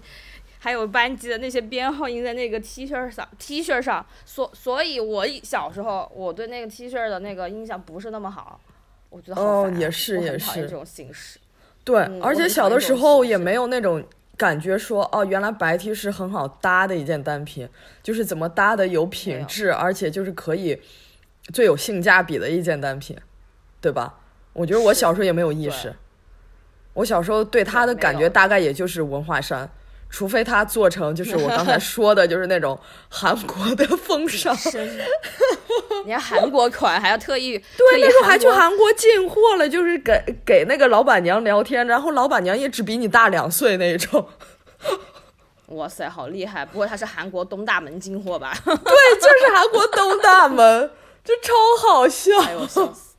Speaker 1: 还有班级的那些编号印在那个 T 恤上，T 恤上。所所以，我一小时候我对那个 T 恤的那个印象不是那么好，我觉得好
Speaker 2: 哦
Speaker 1: 烦啊
Speaker 2: 也是
Speaker 1: 我很
Speaker 2: 也
Speaker 1: 讨厌
Speaker 2: 是
Speaker 1: 这种形式。
Speaker 2: 对，
Speaker 1: 嗯
Speaker 2: 而
Speaker 1: 我
Speaker 2: 且
Speaker 1: 就
Speaker 2: 小
Speaker 1: 讨厌
Speaker 2: 的
Speaker 1: 这
Speaker 2: 时
Speaker 1: 种
Speaker 2: 候
Speaker 1: 形
Speaker 2: 也
Speaker 1: 式
Speaker 2: 没有那种感觉说，哦，原来白 T 是很好搭的一件单品，就是怎么搭的有
Speaker 1: 没
Speaker 2: 品
Speaker 1: 有
Speaker 2: 质，而且就是可以最有性价比的一件单品，对吧？我觉得我
Speaker 1: 是
Speaker 2: 小时候也没有意
Speaker 1: 对
Speaker 2: 识，我小时候对它的
Speaker 1: 没
Speaker 2: 感觉
Speaker 1: 有
Speaker 2: 大概也就是文化衫。除非它做 成就是我刚才说的，就是那种韩国的风尚，
Speaker 1: 你看韩国款还要特意
Speaker 2: 对，那时候还去
Speaker 1: 就
Speaker 2: 韩国进货了，就是给给那个老板娘聊天，然后老板娘也只比你大两岁那一种。
Speaker 1: 哇塞，好厉害！不过他是韩国东大门进货吧？
Speaker 2: 对，就是韩国东大门，就超好笑。
Speaker 1: 哎 呦，笑死！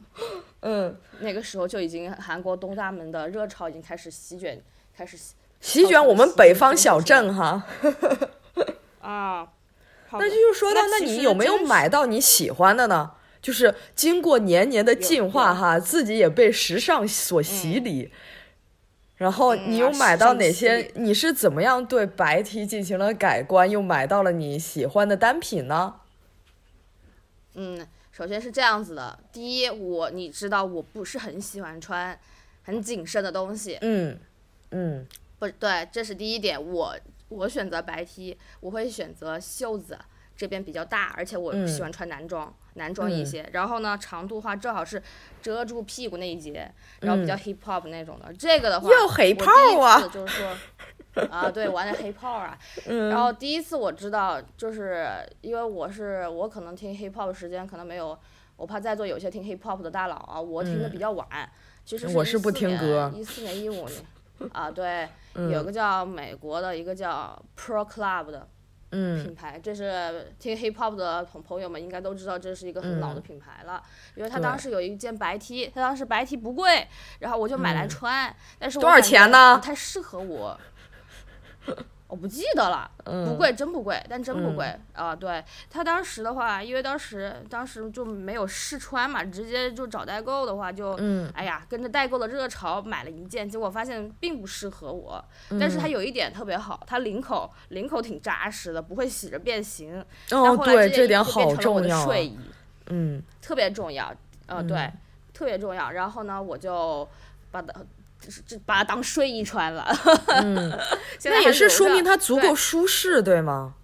Speaker 2: 嗯，
Speaker 1: 那个时候就已经韩国东大门的热潮已经开始席卷，开始席
Speaker 2: 席卷我们北方小镇哈。
Speaker 1: 啊。好
Speaker 2: 那
Speaker 1: 的
Speaker 2: 就是说到，那
Speaker 1: 那其
Speaker 2: 你
Speaker 1: 实
Speaker 2: 有没有
Speaker 1: 真是
Speaker 2: 买到你喜欢的呢？就是经过年年的进化哈，自己也被时尚所洗礼。然后
Speaker 1: 嗯
Speaker 2: 你又买到
Speaker 1: 时
Speaker 2: 哪
Speaker 1: 尚
Speaker 2: 些
Speaker 1: 嗯洗？
Speaker 2: 你是怎么样对白 T 进行了改观，又买到了你喜欢的单品呢？
Speaker 1: 嗯，首先是这样子的，第一，我你知道我不是很喜欢穿很紧身的东西，
Speaker 2: 嗯嗯，
Speaker 1: 不对，这是第一点。我我选择白 T，我会选择袖子这边比较大，而且我
Speaker 2: 嗯
Speaker 1: 喜欢穿男装，男装一
Speaker 2: 嗯
Speaker 1: 些。然后呢，长度的话正好是遮住屁股那一截，然后比较
Speaker 2: 嗯
Speaker 1: hip hop 那种的。这个的话，
Speaker 2: 又
Speaker 1: 我
Speaker 2: 黑
Speaker 1: 第一
Speaker 2: 炮啊
Speaker 1: 次就是说。啊，对，玩的黑炮啊，
Speaker 2: 嗯
Speaker 1: 然后第一次我知道，就是因为我是我可能听 hip hop 的时间可能没有，我怕在座有些听 hip hop 的大佬啊，我听的比较晚，其实
Speaker 2: 嗯我是不听歌嗯
Speaker 1: 一四年一五 年啊，对，有个叫美国的一个叫 Pro Club 的
Speaker 2: 嗯
Speaker 1: 品牌，这是听 hip hop 的朋朋友们应该都知道，这是一个很老的品牌了，因为它
Speaker 2: 嗯对
Speaker 1: 当时有一件白 T，它当时白 T 不贵，然后我就买来穿，但是我
Speaker 2: 嗯多少
Speaker 1: 感觉
Speaker 2: 钱呢
Speaker 1: 不太适合我。我不记得了，
Speaker 2: 嗯
Speaker 1: 不贵，真不贵，但真不贵、啊！对他当时的话，因为当时当时就没有试穿嘛，直接就找代购的话就，
Speaker 2: 嗯
Speaker 1: 哎呀，跟着代购的热潮买了一件，结果发现并不适合我。
Speaker 2: 嗯
Speaker 1: 但是它有一点特别好，它领口领口挺扎实的，不会洗着变形。但
Speaker 2: 哦，
Speaker 1: 后来
Speaker 2: 对，
Speaker 1: 件
Speaker 2: 这
Speaker 1: 衣
Speaker 2: 点
Speaker 1: 服变
Speaker 2: 好
Speaker 1: 成了我
Speaker 2: 重
Speaker 1: 的
Speaker 2: 要啊。
Speaker 1: 睡衣
Speaker 2: 嗯
Speaker 1: 特别重要，呃，对，特别重要。然后呢，我就把它。就是就把它当睡衣穿了， 现在
Speaker 2: 嗯那
Speaker 1: 还
Speaker 2: 也是
Speaker 1: 留
Speaker 2: 说
Speaker 1: 着
Speaker 2: 明它足
Speaker 1: 对
Speaker 2: 够舒适，对吗？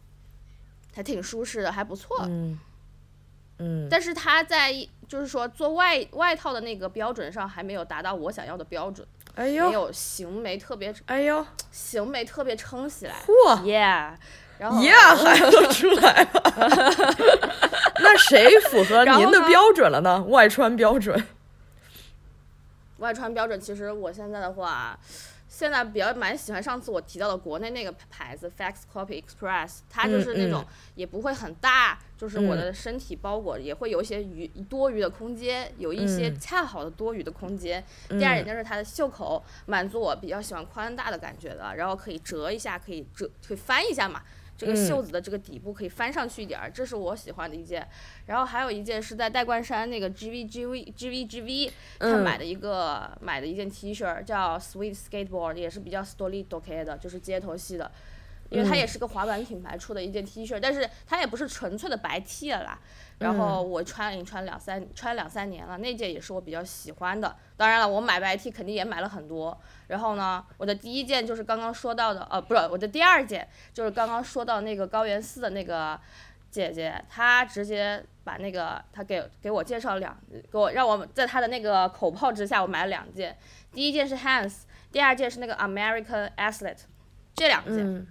Speaker 1: 还挺舒适的，还不错。
Speaker 2: 嗯嗯
Speaker 1: 但是它在一就是说做外外套的那个标准上还没有达到我想要的标准，
Speaker 2: 哎
Speaker 1: 没
Speaker 2: 呦，
Speaker 1: 有型没特别
Speaker 2: 哎呦，
Speaker 1: 型没特别撑起来。
Speaker 2: 嚯，
Speaker 1: Yeah，然后
Speaker 2: 一样孩子都出来了， 那谁符合
Speaker 1: 然后
Speaker 2: 您的
Speaker 1: 呢
Speaker 2: 标准了呢？外穿标准，
Speaker 1: 外穿标准，其实我现在的话，现在比较蛮喜欢上次我提到的国内那个牌子 Fax Copy Express，它
Speaker 2: 嗯
Speaker 1: 就是那种也不会很大，就是我的身体包裹也会有一些余多余的空间，有一些
Speaker 2: 嗯
Speaker 1: 恰好的多余的空间。第二点就是它的袖口满足我比较喜欢宽大的感觉的，然后可以折一下，可以折可以翻一下嘛。这个
Speaker 2: 嗯
Speaker 1: 袖子的这个底部可以翻上去一点儿，这是我喜欢的一件。然后还有一件是在戴冠山那个 G V G V G V G V，他
Speaker 2: 嗯
Speaker 1: 买的一个、买的一件 T 恤儿叫 Sweet Skateboard，也是比较 story d o k 的，就是街头系的。因为它也是个滑板品牌出的一件 T 恤，但是它也不是纯粹的白 T 了啦。然后我穿已经穿两三穿两三年了，那件也是我比较喜欢的。当然了，我买白 T 肯定也买了很多。然后呢，我的第一件就是刚刚说到的，呃，不是我的第二件，就是刚刚说到那个高原寺的那个姐姐，她直接把那个她给给我介绍两，给我让我在她的那个口炮之下，我买了两件，第一件是 Hans，第二件是那个 American Athlete，这两件，
Speaker 2: 嗯，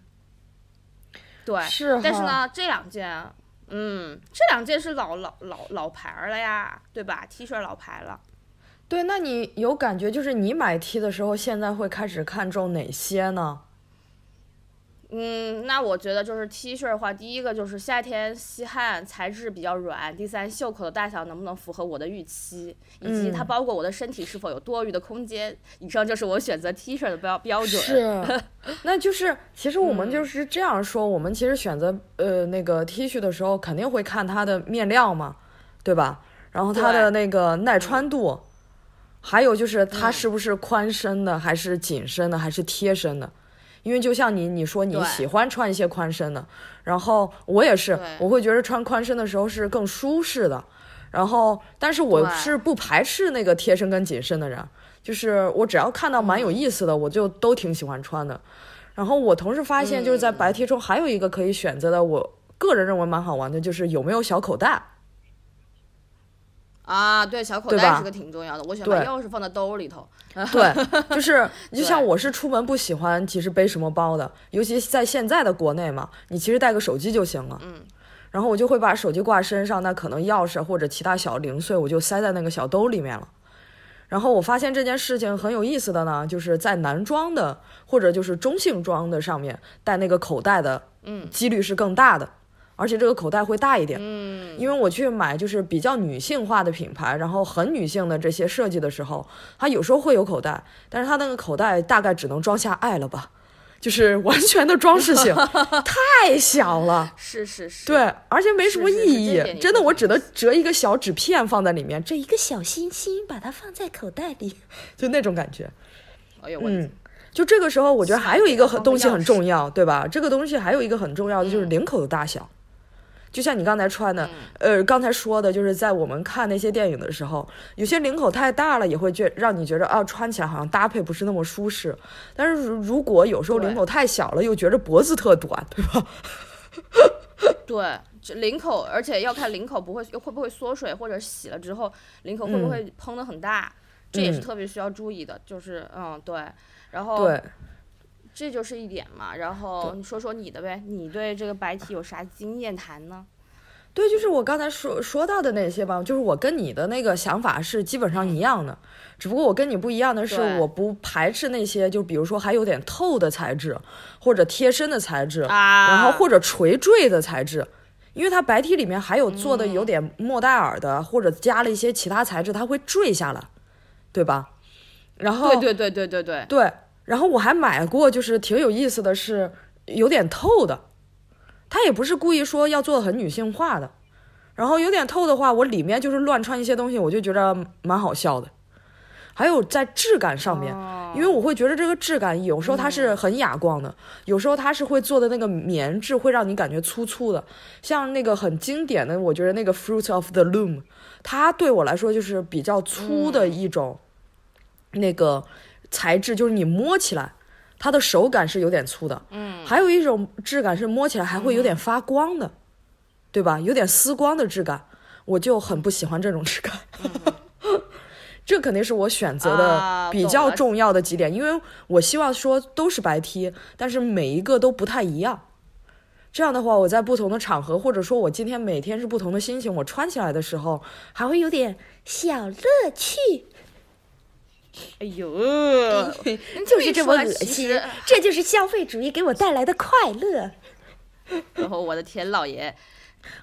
Speaker 1: 对，
Speaker 2: 是
Speaker 1: 但是
Speaker 2: 哈，
Speaker 1: 呢，这两件，嗯，这两件是老老老老牌儿了呀，对吧？T 恤老牌了。
Speaker 2: 对，那你有感觉就是你买 T 的时候，现在会开始看重哪些呢？
Speaker 1: 嗯，那我觉得就是 T 恤的话，第一个就是夏天吸汗，材质比较软；第三，袖口的大小能不能符合我的预期，以及
Speaker 2: 嗯
Speaker 1: 它包裹我的身体是否有多余的空间。以上就是我选择 T 恤的标标准。
Speaker 2: 是， 那就是其实我们就是这样说，我们其实选择呃那个 T 恤的时候，肯定会看它的面料嘛，对吧？然后它的那个耐穿度，还有就是它是不是宽身的，还是紧身的，还是贴身的？因为就像你你说你
Speaker 1: 对
Speaker 2: 喜欢穿一些宽身的，然后我也是
Speaker 1: 对，
Speaker 2: 我会觉得穿宽身的时候是更舒适的。然后，但是我
Speaker 1: 对
Speaker 2: 是不排斥那个贴身跟紧身的人，就是我只要看到蛮有
Speaker 1: 嗯
Speaker 2: 意思的，我就都挺喜欢穿的。然后我同时发现，就是在
Speaker 1: 嗯
Speaker 2: 白 T 中还有一个可以选择的，我个人认为蛮好玩的，就是有没有小口袋。
Speaker 1: 啊，对，小口
Speaker 2: 对
Speaker 1: 袋
Speaker 2: 吧
Speaker 1: 是个挺重要的。我喜欢把
Speaker 2: 对
Speaker 1: 钥匙放在兜里头。
Speaker 2: 对，就是就像
Speaker 1: 对
Speaker 2: 我是出门不喜欢其实背什么包的，尤其在现在的国内嘛，你其实带个手机就行了。嗯。然后我就会把手机挂身上，那可能钥匙或者其他小零碎，我就塞在那个小兜里面了。然后我发现这件事情很有意思的呢，就是在男装的或者就是中性装的上面带那个口袋的，嗯，几率是更大的，而且这个口袋会大一点。因为我去买就是比较女性化的品牌，然后很女性的这些设计的时候，它有时候会有口袋，但是它那个口袋大概只能装下爱了吧，就是完全的装饰性太小了。
Speaker 1: 是是是。
Speaker 2: 对，而且没什么
Speaker 1: 是
Speaker 2: 意
Speaker 1: 是是
Speaker 2: 义，
Speaker 1: 这点也
Speaker 2: 真的，
Speaker 1: 是
Speaker 2: 我只能折一个小纸片放在里面，这
Speaker 3: 一个小心心把它放在口袋里。
Speaker 2: 就那种感觉。
Speaker 1: 哎呦，我的
Speaker 2: 嗯，就这个时候，我觉得还有一个
Speaker 1: 下一
Speaker 2: 很
Speaker 1: 个嗯
Speaker 2: 东西
Speaker 1: 方面
Speaker 2: 很重要，对吧？这个东西还有一个很重要的就是领口的大小，就像你刚才穿
Speaker 1: 嗯
Speaker 2: 的，呃，刚才说的，就是在我们看那些电影的时候，有些领口太大了，也会觉让你觉得啊，穿起来好像搭配不是那么舒适。但是如如果有时候
Speaker 1: 对
Speaker 2: 领口太小了，又觉得脖子特短，对吧？
Speaker 1: 对，这领口，而且要看领口不会会不会缩水，或者洗了之后领口会不会蓬的很大，这也是
Speaker 2: 嗯
Speaker 1: 特别需要注意的。就是嗯，对，然后
Speaker 2: 对。
Speaker 1: 这就是一点嘛。然后你说说你的呗，你对这个白 T 有啥经验谈呢？
Speaker 2: 对，就是我刚才说说到的那些吧，就是我跟你的那个想法是基本上一样的，只不过我跟你不一样的是
Speaker 1: 对，
Speaker 2: 我不排斥那些，就比如说还有点透的材质，或者贴身的材质，
Speaker 1: 啊，
Speaker 2: 然后或者垂坠的材质，因为它白 T 里面还有做的
Speaker 1: 嗯
Speaker 2: 有点莫代尔的，或者加了一些其他材质，它会坠下来，对吧？然后
Speaker 1: 对对对对对对，
Speaker 2: 对，然后我还买过，就是挺有意思的是，有点透的，它也不是故意说要做的很女性化的，然后有点透的话，我里面就是乱穿一些东西，我就觉得蛮好笑的。还有在质感上面，因为我会觉得这个质感有时候它是很哑光的，有时候它是会做的那个棉质会让你感觉粗粗的，像那个很经典的，我觉得那个 Fruit of the Loom，它对我来说就是比较粗的一种那个材质，就是你摸起来，它的手感是有点粗的。嗯，还有一种质感是摸起来还会有点发光的，对吧？有点丝光的质感，我就很不喜欢这种质感。 这肯定是我选择
Speaker 1: 啊
Speaker 2: 的比
Speaker 1: 懂
Speaker 2: 较
Speaker 1: 了
Speaker 2: 重要的几点，因为我希望说都是白 T，但是每一个都不太一样。这样的话，我在不同的场合，或者说我今天每天是不同的心情，我穿起来的时候还会有点
Speaker 3: 小乐趣，
Speaker 1: 哎呦，
Speaker 3: 就是这么恶
Speaker 1: 其
Speaker 3: 心
Speaker 1: 实，
Speaker 3: 这就是消费主义给我带来的快乐。
Speaker 1: 然后我的天老爷，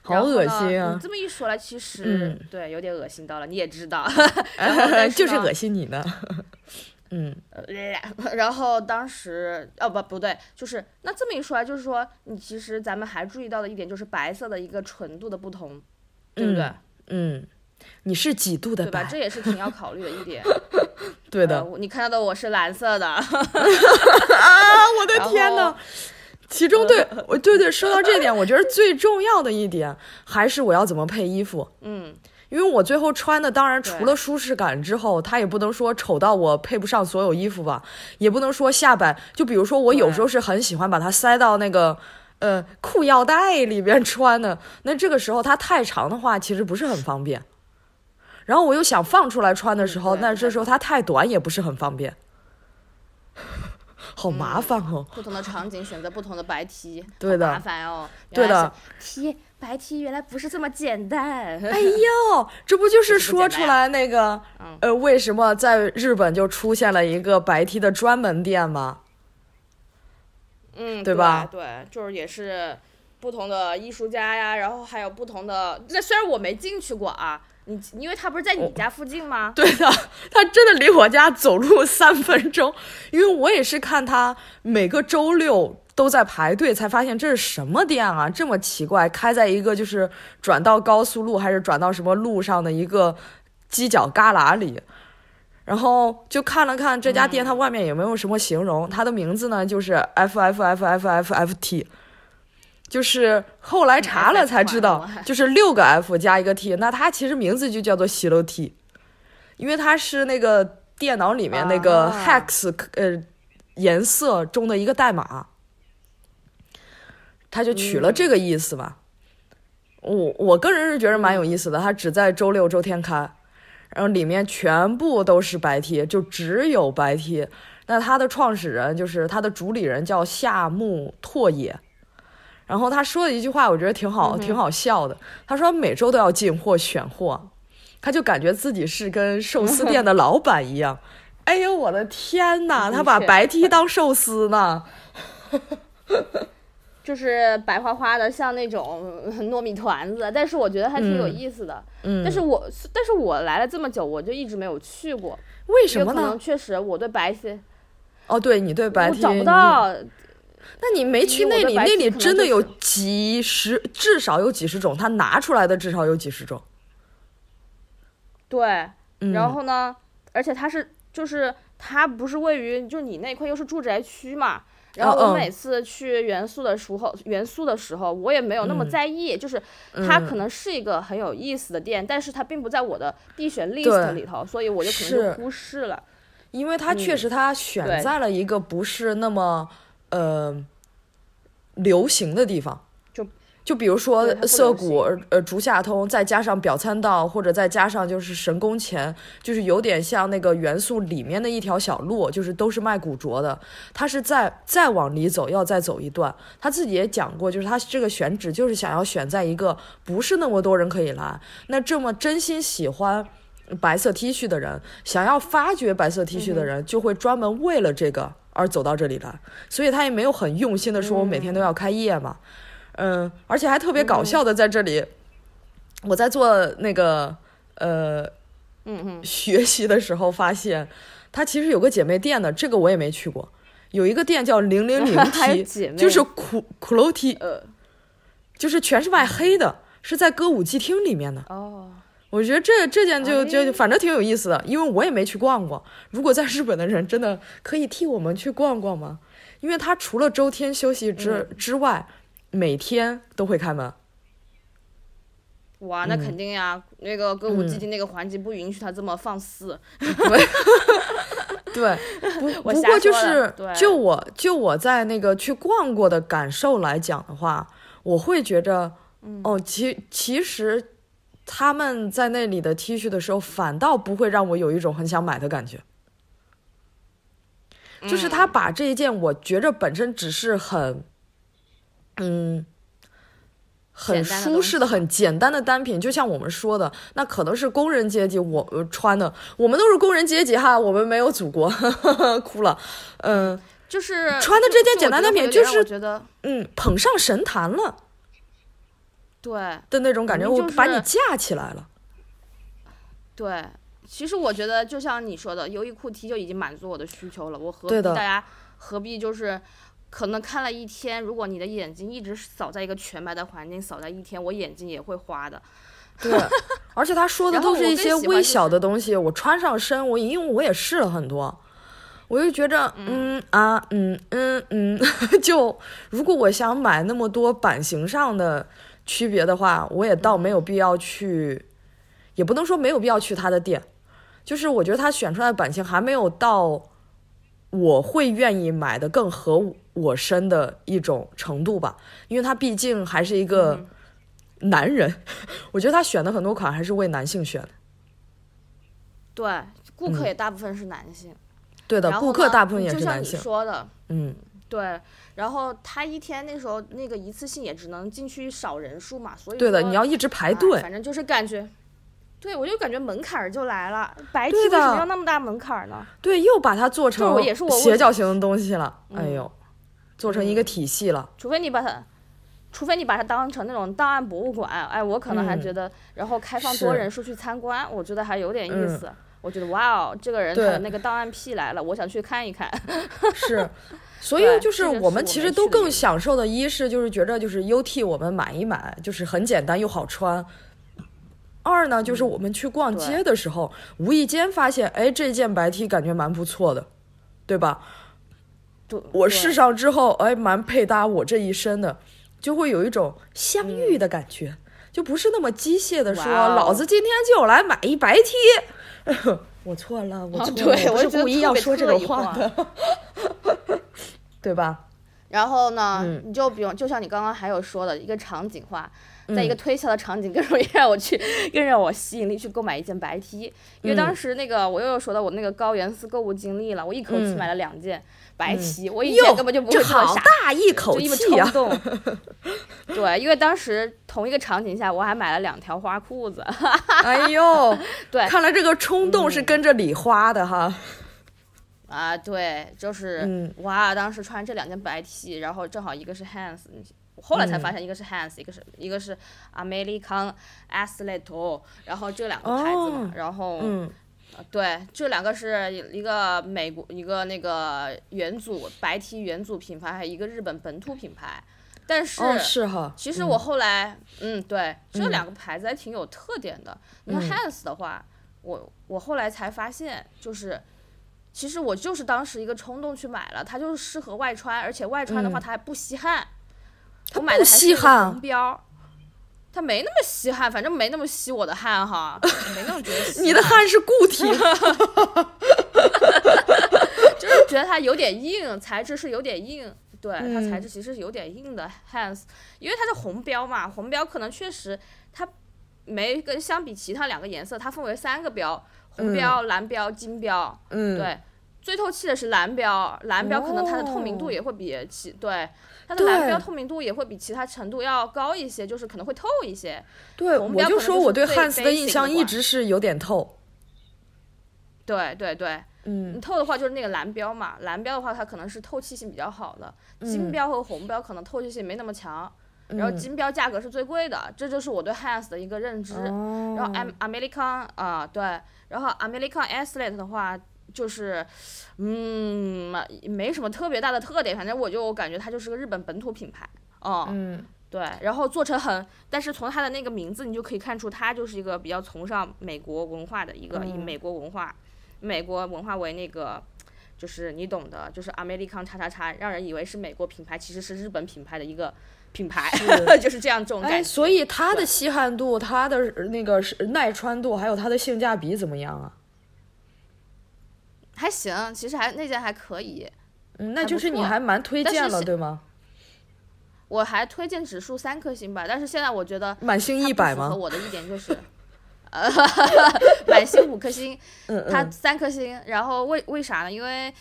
Speaker 2: 好
Speaker 1: 然后
Speaker 2: 恶
Speaker 1: 呢
Speaker 2: 心啊
Speaker 1: 你这么一说来，其实、
Speaker 2: 嗯
Speaker 1: 对有点恶心到了，你也知 道。然后但
Speaker 2: 就是
Speaker 1: 呢
Speaker 2: 恶心你呢。嗯，
Speaker 1: 呃 然后当时哦不不对，就是那这么一说来，就是说你其实咱们还注意到的一点就是白色的一个纯度的不同，对不对？
Speaker 2: 嗯，你是几度的
Speaker 1: 对吧？
Speaker 2: 白？
Speaker 1: 这也是挺要考虑的一点。
Speaker 2: 对的。
Speaker 1: 呃我你看到的我是蓝色的，
Speaker 2: 啊！我的
Speaker 1: 然
Speaker 2: 天呐
Speaker 1: 后！
Speaker 2: 其中 对，我对对，说到这点，我觉得最重要的一点还是我要怎么配衣服，
Speaker 1: 嗯，
Speaker 2: 因为我最后穿的，当然
Speaker 1: 对
Speaker 2: 除了舒适感之后，它也不能说丑到我配不上所有衣服吧，也不能说下摆，就比如说我有时候是很喜欢把它塞到那个。呃，裤腰带里边穿的，那这个时候它太长的话，其实不是很方便。然后我又想放出来穿的时候，
Speaker 1: 嗯对
Speaker 2: 那
Speaker 1: 不
Speaker 2: 这
Speaker 1: 太
Speaker 2: 时候它太短也不是很方便，好麻
Speaker 1: 嗯
Speaker 2: 烦哦。
Speaker 1: 不同的场景选择不同的白 T，
Speaker 2: 对的
Speaker 1: 好麻烦哦。
Speaker 2: 对的
Speaker 1: ，T 白 T 原来不是这么简单。
Speaker 2: 哎呦，这不就是
Speaker 1: 这不
Speaker 2: 说
Speaker 1: 简
Speaker 2: 出
Speaker 1: 单
Speaker 2: 来那个
Speaker 1: 嗯
Speaker 2: 呃，为什么在日本就出现了一个白 T 的专门店吗？
Speaker 1: 嗯，
Speaker 2: 对吧
Speaker 1: 对，就是也是不同的艺术家呀，然后还有不同的。那虽然我没进去过啊，你因为它不是在你家附近吗？，
Speaker 2: 对的，他真的离我家走路三分钟，因为我也是看他每个周六都在排队，才发现这是什么店啊，这么奇怪，开在一个就是转到高速路还是转到什么路上的一个犄角旮旯里。然后就看了看这家店，它外面也没有什么形容，它的名字呢就是 F F F F F F T，就是后来查了才知道就是六个 F 加一个 T，那它其实名字就叫做 h i l o T，因为它是那个电脑里面那个
Speaker 1: 啊
Speaker 2: hex 呃颜色中的一个代码，它就取了这个意思吧。我我个人是觉得蛮有意思的，它只在周六周天开，然后里面全部都是白 T，就只有白 T。那它的创始人就是它的主理人叫夏目拓也，然后他说了一句话，我觉得挺
Speaker 1: 嗯
Speaker 2: 好，挺好笑的。他说每周都要进货选货，他就感觉自己是跟寿司店的老板一 样。哎呦我的天哪，
Speaker 1: 的
Speaker 2: 他把
Speaker 1: 确
Speaker 2: 白 T 当寿司呢？
Speaker 1: 就是白花花的，像那种嗯糯米团子，但是我觉得还挺有
Speaker 2: 嗯
Speaker 1: 意思的。
Speaker 2: 嗯，
Speaker 1: 但是我但是我来了这么久，我就一直没有去过，
Speaker 2: 为什
Speaker 1: 有
Speaker 2: 么
Speaker 1: 可能
Speaker 2: 呢？
Speaker 1: 确实我对白 T
Speaker 2: 哦，对你对白
Speaker 1: 我
Speaker 2: T
Speaker 1: 找不
Speaker 2: 你
Speaker 1: 到，
Speaker 2: 那你没去那
Speaker 1: 因为我对
Speaker 2: 里，
Speaker 1: 白
Speaker 2: 那
Speaker 1: 棋
Speaker 2: 里
Speaker 1: 可能
Speaker 2: 真的
Speaker 1: 就
Speaker 2: 有
Speaker 1: 是
Speaker 2: 几十，至少有几十种，他拿出来的至少有几十种。
Speaker 1: 对，
Speaker 2: 嗯、
Speaker 1: 然后呢，而且它是就是它不是位于就是你那块又是住宅区嘛。然后
Speaker 2: 哦
Speaker 1: 我
Speaker 2: 哦
Speaker 1: 每次去元素的时候，元素的时候，我也没有那么
Speaker 2: 嗯
Speaker 1: 在意，就是它
Speaker 2: 嗯
Speaker 1: 可能是一个很有意思的店，但是它并不在我的必选
Speaker 2: 对
Speaker 1: list 里头，所以我就可
Speaker 2: 是
Speaker 1: 能就忽视了。
Speaker 2: 因为他确实他选
Speaker 1: 对
Speaker 2: 在了一个不是那么呃流行的地方，
Speaker 1: 就
Speaker 2: 就比如说
Speaker 1: 对它不
Speaker 2: 涩
Speaker 1: 流
Speaker 2: 谷
Speaker 1: 行
Speaker 2: 呃竹下通，再加上表参道，或者再加上就是神宫前，就是有点像那个元素里面的一条小路，就是都是卖古着的。他是再再往里走，要再走一段。他自己也讲过，就是他这个选址就是想要选在一个不是那么多人可以来，那这么真心喜欢。白色 T 恤的人，想要发掘白色 T 恤
Speaker 1: 嗯
Speaker 2: 的人，就会专门为了这个而走到这里来，所以他也没有很用心的说，我每天都要开业嘛，嗯，而且还特别搞
Speaker 1: 嗯
Speaker 2: 笑的，在这里，我在做那个呃
Speaker 1: 嗯嗯，
Speaker 2: 学习的时候发现，它其实有个姐妹店的，这个我也没去过，有一个 店叫零零零
Speaker 1: 还有
Speaker 2: T，
Speaker 1: 姐妹
Speaker 2: 就是苦苦楼 T，
Speaker 1: 呃
Speaker 2: 就是全是卖黑的，是在歌舞伎厅里面的。
Speaker 1: 哦，
Speaker 2: 我觉得这这件就
Speaker 1: 哎
Speaker 2: 就反正挺有意思的，因为我也没去逛过。如果在日本的人真的可以替我们去逛逛吗？因为它除了周天休息之、
Speaker 1: 嗯
Speaker 2: 之外，每天都会开门。
Speaker 1: 哇，那肯定呀，那个歌舞伎
Speaker 2: 嗯
Speaker 1: 町那个环境不允许他这么放肆。
Speaker 2: 对，不
Speaker 1: 我
Speaker 2: 不
Speaker 1: 瞎
Speaker 2: 过就
Speaker 1: 说了
Speaker 2: 是
Speaker 1: 对
Speaker 2: 就我就我在那个去逛过的感受来讲的话，我会觉着，
Speaker 1: 嗯
Speaker 2: 哦，其其实他们在那里的 T 恤的时候，反倒不会让我有一种很想买的感觉。就是他把这一件我觉着本身只是很，嗯，很
Speaker 1: 简单的
Speaker 2: 舒
Speaker 1: 东
Speaker 2: 适的、很简单的单品，就像我们说的，那可能是工人阶级我呃穿的，我们都是工人阶级哈，我们没有祖国， 哭了，嗯
Speaker 1: 就是
Speaker 2: 穿的
Speaker 1: 就
Speaker 2: 这件
Speaker 1: 就
Speaker 2: 简
Speaker 1: 我
Speaker 2: 单
Speaker 1: 觉
Speaker 2: 的
Speaker 1: 得
Speaker 2: 品
Speaker 1: 有
Speaker 2: 就
Speaker 1: 点让我
Speaker 2: 是
Speaker 1: 觉得
Speaker 2: 嗯，捧上神坛了
Speaker 1: 对
Speaker 2: 的那种感觉，
Speaker 1: 明明
Speaker 2: 我
Speaker 1: 就
Speaker 2: 把你
Speaker 1: 是
Speaker 2: 架起来了，
Speaker 1: 对。其实我觉得，就像你说的，优衣库 T 就已经满足我的需求了。我何
Speaker 2: 对
Speaker 1: 必
Speaker 2: 的
Speaker 1: 大家何必就是，可能看了一天，如果你的眼睛一直扫在一个全白的环境扫在一天，我眼睛也会花的。
Speaker 2: 对，而且他说的
Speaker 1: 然后
Speaker 2: 都是
Speaker 1: 我
Speaker 2: 一
Speaker 1: 更
Speaker 2: 些
Speaker 1: 喜欢
Speaker 2: 微
Speaker 1: 就
Speaker 2: 小
Speaker 1: 是
Speaker 2: 的东西，我穿上身，我因为我也试了很多。我就觉着，嗯啊，嗯嗯嗯， 就如果我想买那么多版型上的区别的话，我也倒
Speaker 1: 嗯
Speaker 2: 没有必要去，也不能说没有必要去他的店，就是我觉得他选出来的版型还没有到我会愿意买的更合我身的一种程度吧，因为他毕竟还是一个
Speaker 1: 嗯
Speaker 2: 男人，我觉得他选的很多款还是为男性选的，
Speaker 1: 对，顾客也大部分是男性，
Speaker 2: 对嗯的，
Speaker 1: 然后
Speaker 2: 顾客
Speaker 1: 呢
Speaker 2: 大部分
Speaker 1: 你
Speaker 2: 也
Speaker 1: 就是像
Speaker 2: 男
Speaker 1: 你
Speaker 2: 性，
Speaker 1: 说的，
Speaker 2: 嗯，
Speaker 1: 对。然后他一天那时候那个一次性也只能进去少人数嘛，所以
Speaker 2: 对的，
Speaker 1: 说
Speaker 2: 你要一直排
Speaker 1: 哎
Speaker 2: 队。
Speaker 1: 反正就是感觉，对我就感觉门槛儿就来了。白 T
Speaker 2: 对
Speaker 1: 为什
Speaker 2: 的
Speaker 1: 么要那么大门槛儿呢？
Speaker 2: 对，又把它做
Speaker 1: 这
Speaker 2: 成
Speaker 1: 我也是我为
Speaker 2: 斜
Speaker 1: 什
Speaker 2: 角形的东西了。
Speaker 1: 嗯
Speaker 2: 哎呦，做成一个体系 了。
Speaker 1: 除非你把它，除非你把它当成那种档案博物馆，哎，我可能还
Speaker 2: 嗯
Speaker 1: 觉得，然后开放多
Speaker 2: 是
Speaker 1: 人数去参观，我觉得还有点意
Speaker 2: 嗯
Speaker 1: 思。我觉得哇哦，这个人他
Speaker 2: 对
Speaker 1: 的那个档案癖来了，我想去看一看。
Speaker 2: 是，所以
Speaker 1: 对
Speaker 2: 就是
Speaker 1: 这个是
Speaker 2: 我们
Speaker 1: 我
Speaker 2: 其
Speaker 1: 没
Speaker 2: 实都
Speaker 1: 去的
Speaker 2: 更
Speaker 1: 地方
Speaker 2: 享受的，一是就是觉着就是优 T 我们买一买，就是很简单又好穿。二呢，就是我们去逛
Speaker 1: 嗯对
Speaker 2: 街的时候，无意间发现，哎，这件白 T 感觉蛮不错的，对吧？
Speaker 1: 对，
Speaker 2: 我
Speaker 1: 对
Speaker 2: 试上之后，哎，蛮配搭我这一身的，就会有一种相遇的感觉，就不是那么机械的说，
Speaker 1: 嗯哇哦
Speaker 2: 老子今天就来买一白 T。我错了，我
Speaker 1: 啊
Speaker 2: 错了，
Speaker 1: 对
Speaker 2: 我
Speaker 1: 我
Speaker 2: 不
Speaker 1: 觉
Speaker 2: 是
Speaker 1: 得
Speaker 2: 故意
Speaker 1: 特
Speaker 2: 要
Speaker 1: 别
Speaker 2: 说这
Speaker 1: 特
Speaker 2: 种
Speaker 1: 意
Speaker 2: 话
Speaker 1: 化
Speaker 2: 的，对吧？
Speaker 1: 然后呢，
Speaker 2: 嗯
Speaker 1: 你就比如就像你刚刚还有说的一个场景化，
Speaker 2: 嗯
Speaker 1: 在一个推销的场景更 容易让我去，更让我吸引力去购买一件白 T，因
Speaker 2: 嗯
Speaker 1: 为当时那个我又要说到我那个高原寺购物经历了，我一口气
Speaker 2: 嗯
Speaker 1: 买了两件白 T，、我一
Speaker 2: 哟
Speaker 1: 件根本就，不会
Speaker 2: 这
Speaker 1: 做
Speaker 2: 好
Speaker 1: 啥，
Speaker 2: 大一口
Speaker 1: 就因为
Speaker 2: 气啊呀、
Speaker 1: 冲动。 对，因为当时同一个场景下，我还买了两条花裤子。
Speaker 2: 哎呦，
Speaker 1: 对嗯
Speaker 2: 看来这个冲动是跟着李花的哈。
Speaker 1: 啊，对，就是、
Speaker 2: 嗯
Speaker 1: 哇，当时穿这两件白 T，然后正好一个是 Hans，我后来才
Speaker 2: 嗯
Speaker 1: 发现一个是 Hans，、一个是一个是 American a t l e t o 然后这两个牌子嘛，
Speaker 2: 哦
Speaker 1: 然后、
Speaker 2: 嗯，
Speaker 1: 呃对，这两个是一个美国一个那个元祖白 T 元祖品牌，还有一个日本本土品牌，但是。
Speaker 2: 哦，是哈。
Speaker 1: 其实我后来，嗯对，这两个牌子还挺有特点的。你
Speaker 2: 嗯
Speaker 1: 看 Hans 的话，我我后来才发现，就是其实我就是当时一个冲动去买了，它就是适合外穿，而且外穿的话它还不吸汗。
Speaker 2: 嗯它
Speaker 1: 我买的
Speaker 2: 不
Speaker 1: 还是
Speaker 2: 吸
Speaker 1: 一个
Speaker 2: 汗
Speaker 1: 红标，它没那么吸汗，反正没那么吸我的汗哈，没那么觉得啊吸
Speaker 2: 你的汗是固体，
Speaker 1: 就是觉得它有点硬，材质是有点硬，对，它
Speaker 2: 嗯
Speaker 1: 材质其实是有点硬的。Hans，因为它是红标嘛，红标可能确实它没跟相比其他两个颜色，它分为三个标：红标、蓝标、金标。
Speaker 2: 嗯，
Speaker 1: 对，最透气的是蓝标，蓝标可能它的透明
Speaker 2: 哦
Speaker 1: 度也会比其、对它的
Speaker 2: 对
Speaker 1: 蓝标透明度也会比其他程度要高一些，就是可能会透一些。
Speaker 2: 对，
Speaker 1: 红
Speaker 2: 我
Speaker 1: 标可
Speaker 2: 就
Speaker 1: 能
Speaker 2: 说
Speaker 1: 就是
Speaker 2: 我对
Speaker 1: 最
Speaker 2: 汉斯的
Speaker 1: basic
Speaker 2: 印
Speaker 1: 的
Speaker 2: 象一
Speaker 1: 款
Speaker 2: 直是有点透，
Speaker 1: 对对对，
Speaker 2: 嗯
Speaker 1: 你透的话就是那个蓝标嘛，蓝标的话它可能是透气性比较好的，
Speaker 2: 嗯
Speaker 1: 金标和红标可能透气性没那么强，然后
Speaker 2: 嗯
Speaker 1: 金标价格是最贵的，这就是我对 Hans 的一个认知。
Speaker 2: 哦
Speaker 1: 然后 Am American 啊、对，然后 American Athlete 的话就是，嗯，没什么特别大的特点，反正我就感觉它就是个日本本土品牌。哦、
Speaker 2: 嗯，
Speaker 1: 对，然后做成很，但是从它的那个名字你就可以看出，它就是一个比较崇尚美国文化的一个，以美国文化、美国文化为那个，就是你懂的，就是 American 叉叉叉，让人以为是美国品牌，其实是日本品牌的一个品牌， 就是这样这种感觉。
Speaker 2: 哎，所以它的吸汗度、它的呃那个是耐穿度，还有它的性价比怎么样啊？
Speaker 1: 还行，其实还那件还可以，
Speaker 2: 嗯，那
Speaker 1: 还
Speaker 2: 就
Speaker 1: 不
Speaker 2: 是你
Speaker 1: 错
Speaker 2: 还蛮推
Speaker 1: 但是
Speaker 2: 荐了，
Speaker 1: 是
Speaker 2: 对吗？
Speaker 1: 我还推荐指数三颗星吧。但是现在我觉得
Speaker 2: 满星
Speaker 1: 它
Speaker 2: 一
Speaker 1: 不
Speaker 2: 百
Speaker 1: 符合
Speaker 2: 吗？
Speaker 1: 我的一点 就是，呃，满星五颗星，
Speaker 2: 嗯
Speaker 1: 它
Speaker 2: 嗯，
Speaker 1: 三颗星。然后为为啥呢？因为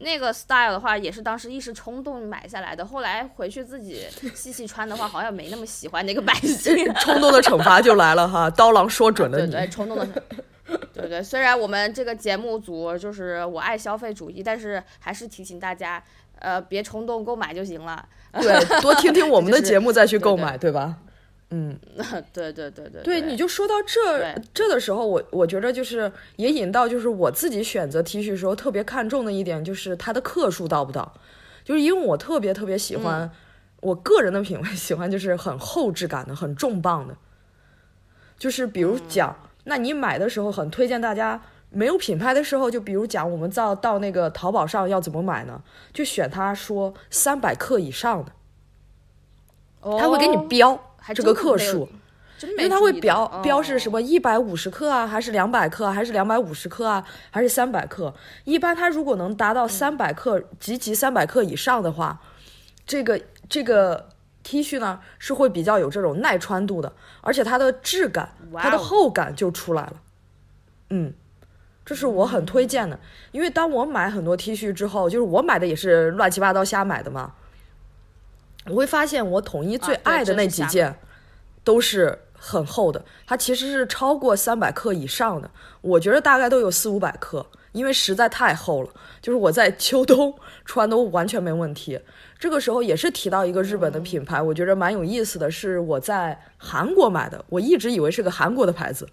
Speaker 1: 那个 style 的话，也是当时一时冲动买下来的。后来回去自己细细穿的话，好像没那么喜欢那个版 型。
Speaker 2: 冲动的惩罚就来 了哈，刀郎说准了
Speaker 1: 对
Speaker 2: 你。
Speaker 1: 对，冲动的时候，对对。虽然我们这个节目组就是我爱消费主义，但是还是提醒大家，呃，别冲动购买就行了。
Speaker 2: 对，多听听我们的
Speaker 1: 这 就是
Speaker 2: 节目再去
Speaker 1: 对
Speaker 2: 购
Speaker 1: 对
Speaker 2: 买，对吧？嗯，
Speaker 1: 对对对对
Speaker 2: 对，你就说到这
Speaker 1: 对
Speaker 2: 这的时候，我我觉得就是也引到就是我自己选择 T 恤时候特别看重的一点，就是它的克数到不到，就是因为我特别特别喜欢，
Speaker 1: 嗯
Speaker 2: 我个人的品味喜欢就是很厚质感的，很重磅的，就是
Speaker 1: 嗯
Speaker 2: 比如讲，那你买的时候很推荐大家。没有品牌的时候，就比如讲我们到到那个淘宝上要怎么买呢？就选它说三百克以上的，
Speaker 1: 哦
Speaker 2: 它会给你标
Speaker 1: 还
Speaker 2: 这
Speaker 1: 真
Speaker 2: 个
Speaker 1: 的
Speaker 2: 克
Speaker 1: 没有
Speaker 2: 数。
Speaker 1: 真
Speaker 2: 因
Speaker 1: 没
Speaker 2: 为它会
Speaker 1: 注意到
Speaker 2: 标标示
Speaker 1: 哦
Speaker 2: 什么一百五十克啊，还是两百克啊，还是两百五十克啊，还是三百克？一般它如果能达到
Speaker 1: 嗯
Speaker 2: 三百克，集齐三百克以上的话，这个这个 T 恤呢是会比较有这种耐穿度的，而且它的质感、它的
Speaker 1: 哇哦
Speaker 2: 厚感就出来了。嗯，这是我
Speaker 1: 嗯
Speaker 2: 很推荐的，因为当我买很多 T 恤之后，就是我买的也是乱七八糟瞎买的嘛，我会发现我统一最
Speaker 1: 啊对
Speaker 2: 爱的那
Speaker 1: 真是瞎
Speaker 2: 几
Speaker 1: 买
Speaker 2: 件都是很厚的，它其实是超过三百克以上的，我觉得大概都有四五百克，因为实在太厚了，就是我在秋冬 穿都完全没问题。这个时候也是提到一个日本的品牌，我觉得蛮有意思的，是我在韩国买的，我一直以为是个韩国的牌子，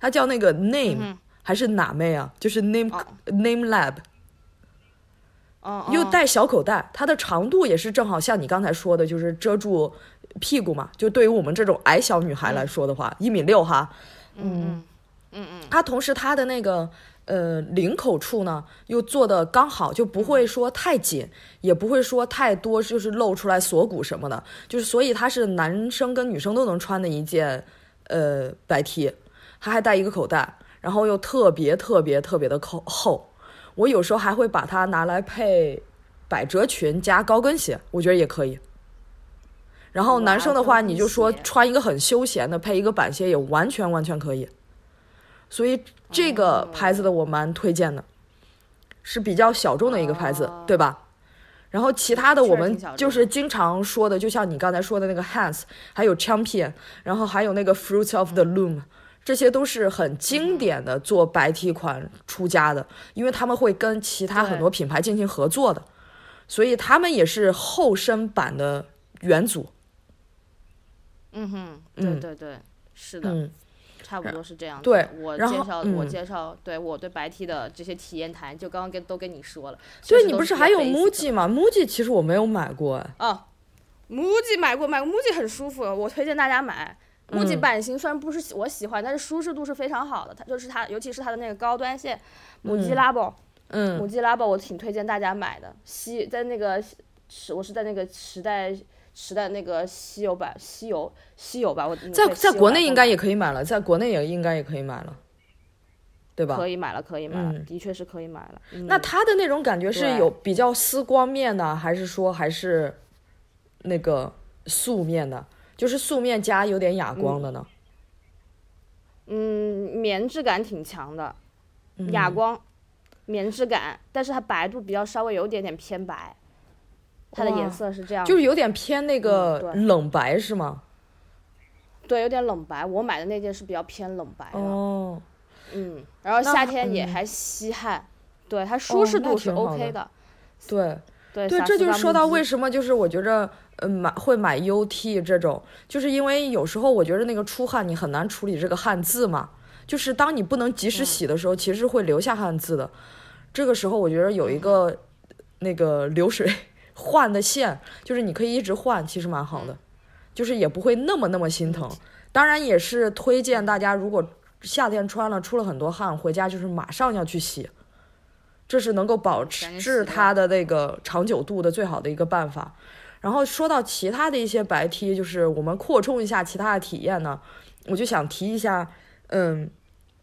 Speaker 2: 它叫
Speaker 1: 嗯
Speaker 2: 那个 Name、还是哪妹啊？就是 Name、
Speaker 1: 哦
Speaker 2: Name Lab，
Speaker 1: 哦
Speaker 2: 又
Speaker 1: 哦
Speaker 2: 带小口袋，它的长度也是正好像你刚才说的，就是遮住屁股嘛。就对于我们这种矮小女孩来说的话，一、米六哈，
Speaker 1: 嗯嗯嗯
Speaker 2: 它同时它的那个呃领口处呢，又做的刚好，就不会说太紧，也不会说太多，就是露出来锁骨什么的，就是所以它是男生跟女生都能穿的一件呃白 T，它还带一个口袋，然后又特别特别特别的厚厚，我有时候还会把它拿来配百褶裙加高跟鞋，我觉得也可以。然后
Speaker 1: 哇
Speaker 2: 男生的话，
Speaker 1: 高跟
Speaker 2: 你就说
Speaker 1: 鞋
Speaker 2: 穿一个很休闲的，配一个板鞋也完全完全可以。所以这
Speaker 1: 哦
Speaker 2: 个牌子的我蛮推荐的，是比较小众的一个牌子，对吧？然后其他的我
Speaker 1: 哦确实
Speaker 2: 们
Speaker 1: 挺小众的
Speaker 2: 就是经常说的，就像你刚才说的那个 Hans，还有 Champion，然后还有那个 Fruits of the Loom，、这些都是很经
Speaker 1: 嗯
Speaker 2: 典的做白 T 款出家的，因为他们会跟其他
Speaker 1: 对
Speaker 2: 很多品牌进行合作的，所以他们也是后身版的元祖。
Speaker 1: 嗯哼，
Speaker 2: 嗯
Speaker 1: 对对对，是的，
Speaker 2: 嗯，
Speaker 1: 差不多是这样子。
Speaker 2: 对
Speaker 1: 我
Speaker 2: 然
Speaker 1: 介
Speaker 2: 后
Speaker 1: 绍我
Speaker 2: 嗯
Speaker 1: 介绍对我对白 T 的这些体验谈，就刚刚跟都跟你说了。确
Speaker 2: 对
Speaker 1: 实
Speaker 2: 你
Speaker 1: 都
Speaker 2: 不
Speaker 1: 是
Speaker 2: 是
Speaker 1: 比
Speaker 2: 还
Speaker 1: 较
Speaker 2: 有
Speaker 1: basic 的
Speaker 2: MUJI 吗？MUJI 其实我没有买过，哎，
Speaker 1: 哦，MUJI 买过，买过 MUJI 很舒服，我推荐大家买。MUJI
Speaker 2: 嗯
Speaker 1: 版型虽然不是喜我喜欢，但是舒适度是非常好的。它就是它，尤其是它的那个高端线母鸡 Labo，
Speaker 2: 嗯
Speaker 1: 母鸡 Labo 我挺推荐大家买的。西在那个时，我是在那个时代时代那个稀有版稀有稀有吧，我
Speaker 2: 在
Speaker 1: 对稀
Speaker 2: 在
Speaker 1: 有
Speaker 2: 国
Speaker 1: 版
Speaker 2: 内
Speaker 1: 购
Speaker 2: 应该
Speaker 1: 买
Speaker 2: 也可以买了，在国内也应该也可以买了，对吧
Speaker 1: 可？以买了，可以买了，
Speaker 2: 嗯
Speaker 1: 的确是可以买了。嗯
Speaker 2: 那它的那种感觉是
Speaker 1: 对
Speaker 2: 有比较丝光面的，还是说还是那个素面的？就是素面加有点哑光的呢？
Speaker 1: 嗯，棉质感挺强的，
Speaker 2: 嗯
Speaker 1: 哑光，棉质感，但是它白度比较稍微有点点偏白，它的
Speaker 2: 哇
Speaker 1: 颜色是这样，
Speaker 2: 就是有点偏那个
Speaker 1: 嗯对
Speaker 2: 冷白是吗？
Speaker 1: 对，有点冷白。我买的那件是比较偏冷白的，
Speaker 2: 哦，
Speaker 1: 嗯，然后
Speaker 2: 那
Speaker 1: 夏
Speaker 2: 还
Speaker 1: 天也
Speaker 2: 嗯
Speaker 1: 还稀罕，对，它
Speaker 2: 哦
Speaker 1: 舒适
Speaker 2: 那
Speaker 1: 度是
Speaker 2: 挺好
Speaker 1: OK
Speaker 2: 的
Speaker 1: 的，
Speaker 2: 对
Speaker 1: 对
Speaker 2: 对，这就是说到为
Speaker 1: 什
Speaker 2: 什么就是我觉着。嗯，买会买 UT 这种，就是因为有时候我觉得那个出汗你很难处理这个汗渍嘛，就是当你不能及时洗的时候，其实会留下汗渍的。这个时候我觉得有一个那个流水换的线，就是你可以一直换，其实蛮好
Speaker 1: 嗯
Speaker 2: 的，就是也不会那么那么心疼。当然也是推荐大家，如果夏天穿了出了很多汗，回家就是马上要去洗，这是能够保
Speaker 1: 赶紧洗
Speaker 2: 持
Speaker 1: 掉
Speaker 2: 它的那个长久度的最好的一个办法。然后说到其他的一些白 T，就是我们扩充一下其他的体验呢，我就想提一下，嗯，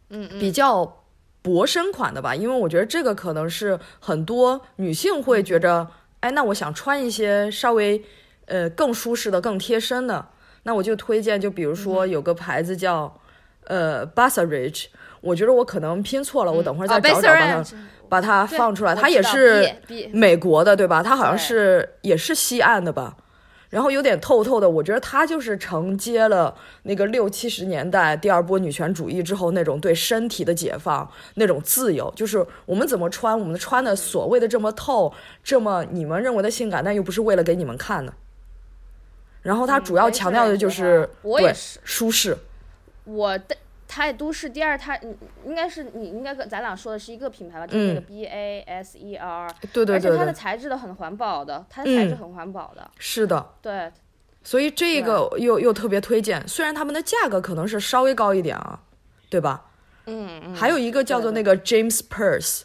Speaker 1: 嗯
Speaker 2: 比较薄身款的吧，因为我觉得这个可能是很多女性会觉
Speaker 1: 嗯
Speaker 2: 着，哎，那我想穿一些稍微呃更舒适的、更贴身
Speaker 1: 嗯
Speaker 2: 的，那我就推荐，就比如说有个牌子叫、呃 b a s a r i g e 我我觉得我可能拼错了，我等会儿再
Speaker 1: 啊
Speaker 2: 找找把它
Speaker 1: Bessarabia
Speaker 2: 把它
Speaker 1: 对
Speaker 2: 放出来。
Speaker 1: 我
Speaker 2: 它
Speaker 1: 知
Speaker 2: 也
Speaker 1: 道
Speaker 2: 是
Speaker 1: B- B
Speaker 2: 美国的，对吧？它好像
Speaker 1: 对
Speaker 2: 是也是西岸的吧，然后有点透透的。我觉得它就是承接了那个六七十年代第二波女权主义之后那种对身体的解放，那种自由，就是我们怎么穿，我们穿的所谓的这么透，这么你们认为的性感，但又不是为了给你们看的。然后它
Speaker 1: 嗯
Speaker 2: 主要
Speaker 1: 没事
Speaker 2: 强
Speaker 1: 儿
Speaker 2: 调的
Speaker 1: 你觉
Speaker 2: 就
Speaker 1: 得
Speaker 2: 是
Speaker 1: 我也
Speaker 2: 对
Speaker 1: 是
Speaker 2: 舒适，
Speaker 1: 我的台都市第二，它嗯应该是你应该跟咱俩说的是一个品牌吧，就是那个
Speaker 2: 嗯
Speaker 1: B A S E R，
Speaker 2: 对对
Speaker 1: 而
Speaker 2: 对
Speaker 1: 且它的
Speaker 2: 对，
Speaker 1: 材质的很环保的，它的材质
Speaker 2: 嗯
Speaker 1: 很环保的，
Speaker 2: 是的。
Speaker 1: 对，
Speaker 2: 所以这
Speaker 1: 对
Speaker 2: 个又又特别推荐，虽然他们的价格可能是稍微高一点啊，对吧？
Speaker 1: 嗯嗯，
Speaker 2: 还有一个叫做那
Speaker 1: 对
Speaker 2: 个 James Purse，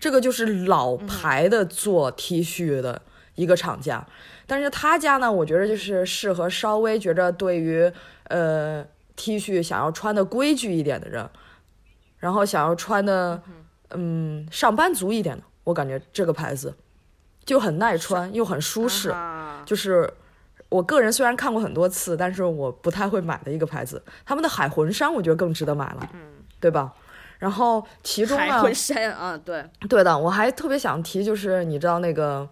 Speaker 2: 这个就是老牌的做 T 恤的一个厂家，但是他家呢，我觉得就是适合稍微觉着对于呃 T 恤想要穿的规矩一点的人，然后想要穿的嗯上班族一点的，我感觉这个牌子就很耐穿又很舒适。
Speaker 1: 啊哈
Speaker 2: 就是我个人虽然看过很多次，但是我不太会买的一个牌子。他们的海魂衫我觉得更值得买了，对吧？然后其中
Speaker 1: 嗯海
Speaker 2: 呢，
Speaker 1: 魂衫啊，对，
Speaker 2: 对的，我还特别想提，就是你知道那个，